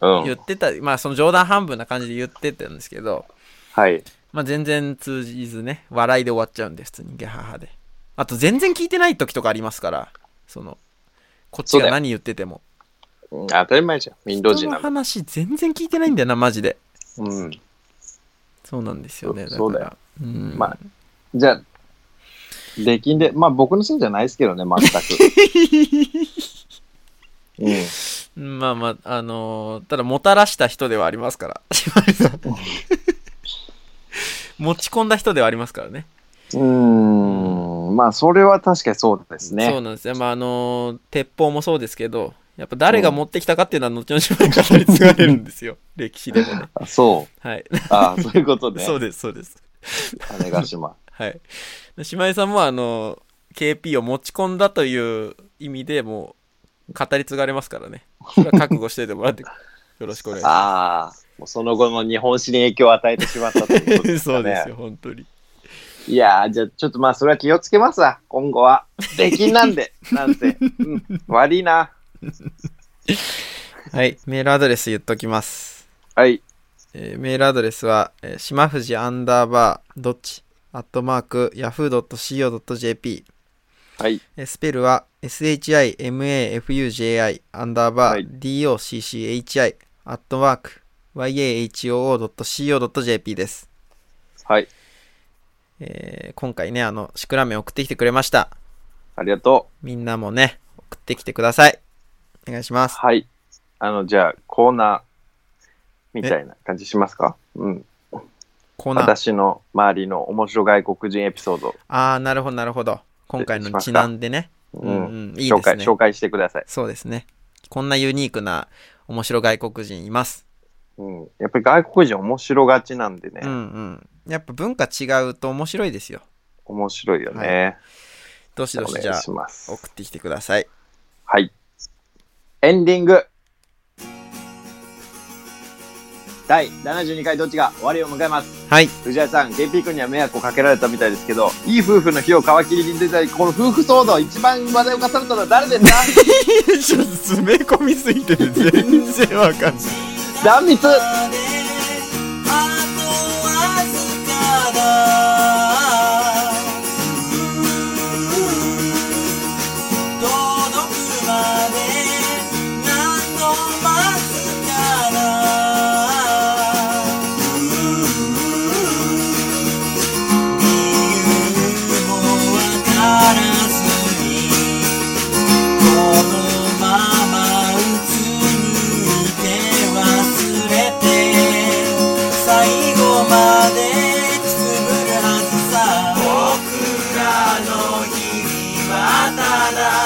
B: うん
C: 言。ってた、まあその冗談半分な感じで言ってたんですけど、
B: はい。
C: まあ、全然通じずね、笑いで終わっちゃうんで、普通に、ギャハハで。あと、全然聞いてない時とかありますから、その、こっち
B: そうだ
C: が
B: よ
C: 何言ってても。
B: うん当たり前じゃん。インド人
C: 人
B: な
C: の
B: んだ。
C: 話、全然聞いてないんだよな、マジで。
B: うん。
C: そうなんですよね。だから
B: そうそうだよ。
C: うん。
B: まあじゃあ、出禁で、まあ僕のせいじゃないですけどね、全く。
C: *laughs*
B: うん、
C: まあまあ、あのーただ、もたらした人ではありますから、 *laughs* 島根さん。持ち込んだ人ではありますからね。
B: うーん、まあそれは確かにそうです
C: そう
B: ね。
C: なんですよ。まあ、あのー鉄砲もそうですけど、やっぱ誰が持ってきたかっていうのは、後々島根語り継がれるんですよ。歴史でもね。
B: あそう
C: はい。
B: あ
C: *laughs*
B: そういうこと *laughs* ね。
C: そうです、そうです。
B: 種子島。
C: はい。で島井さんも、あの、KP を持ち込んだという意味でもう、語り継がれますからね。それは覚悟しておいてもらって、よろしくお願いし
B: *laughs*
C: ま。
B: ああ、もうその後の日本史に影響を与えてしまったということですすか
C: *laughs*
B: ね。
C: そうですよ、本当に。
B: いやー、じゃあちょっとまあそれは気をつけますわ、今後は。出禁なん
C: *laughs*
B: で、なんて。うん、悪いな。
C: はい。メールアドレス言っときます。
B: はい。
C: えーメールアドレスは、えー、島藤アンダーバーどっちアットマーク yahoo.co.jp
B: はい。
C: えースペルは shimafuji アンダーバ
B: は
C: ー
B: い
C: docchi アットマーク yahoo.co.jp です。
B: はい。
C: えー今回ね、あの、シクラメン送ってきてくれました。
B: ありがと
C: みんなもね、送ってきてください。お願いしま
B: う。
C: す。
B: はい。あの、じゃあコーナーみたいな感じしますかうん。
C: コーナー。
B: 私の周りの面白外国人エピソード、
C: あー、なるほど、なるほど。今回のにちなんでね。う
B: うんん
C: うん、いい
B: 紹
C: です
B: 介
C: ね。
B: 紹介してください、
C: そうですね。こんなユニークな面白外国人います。
B: うん。やっぱり外国人面白がちなんでね、
C: うんうん。やっぱ文化違うと面白いですよ。
B: 面白いよね。
C: どしど
B: お
C: しじゃ
B: 願い
C: あ
B: します。
C: 送ってきてください。 *laughs*
B: はい。エンディング第72回どっちが終わりを迎えます。
C: はい。
B: 藤井さん、ゲピー君には迷惑をかけられたみたいですけど、いい夫婦の日を皮切りに出たり、この夫婦騒動、一番話題を重ねたのは誰ですか
C: *laughs* ちょっと詰め込みすぎてて全然わかんない。
B: 断密
A: あとわずかだ届くまで何度待つかな理由もわからずにこのままうつむいて忘れて最後までくすぶるはずさ僕らの日々はただ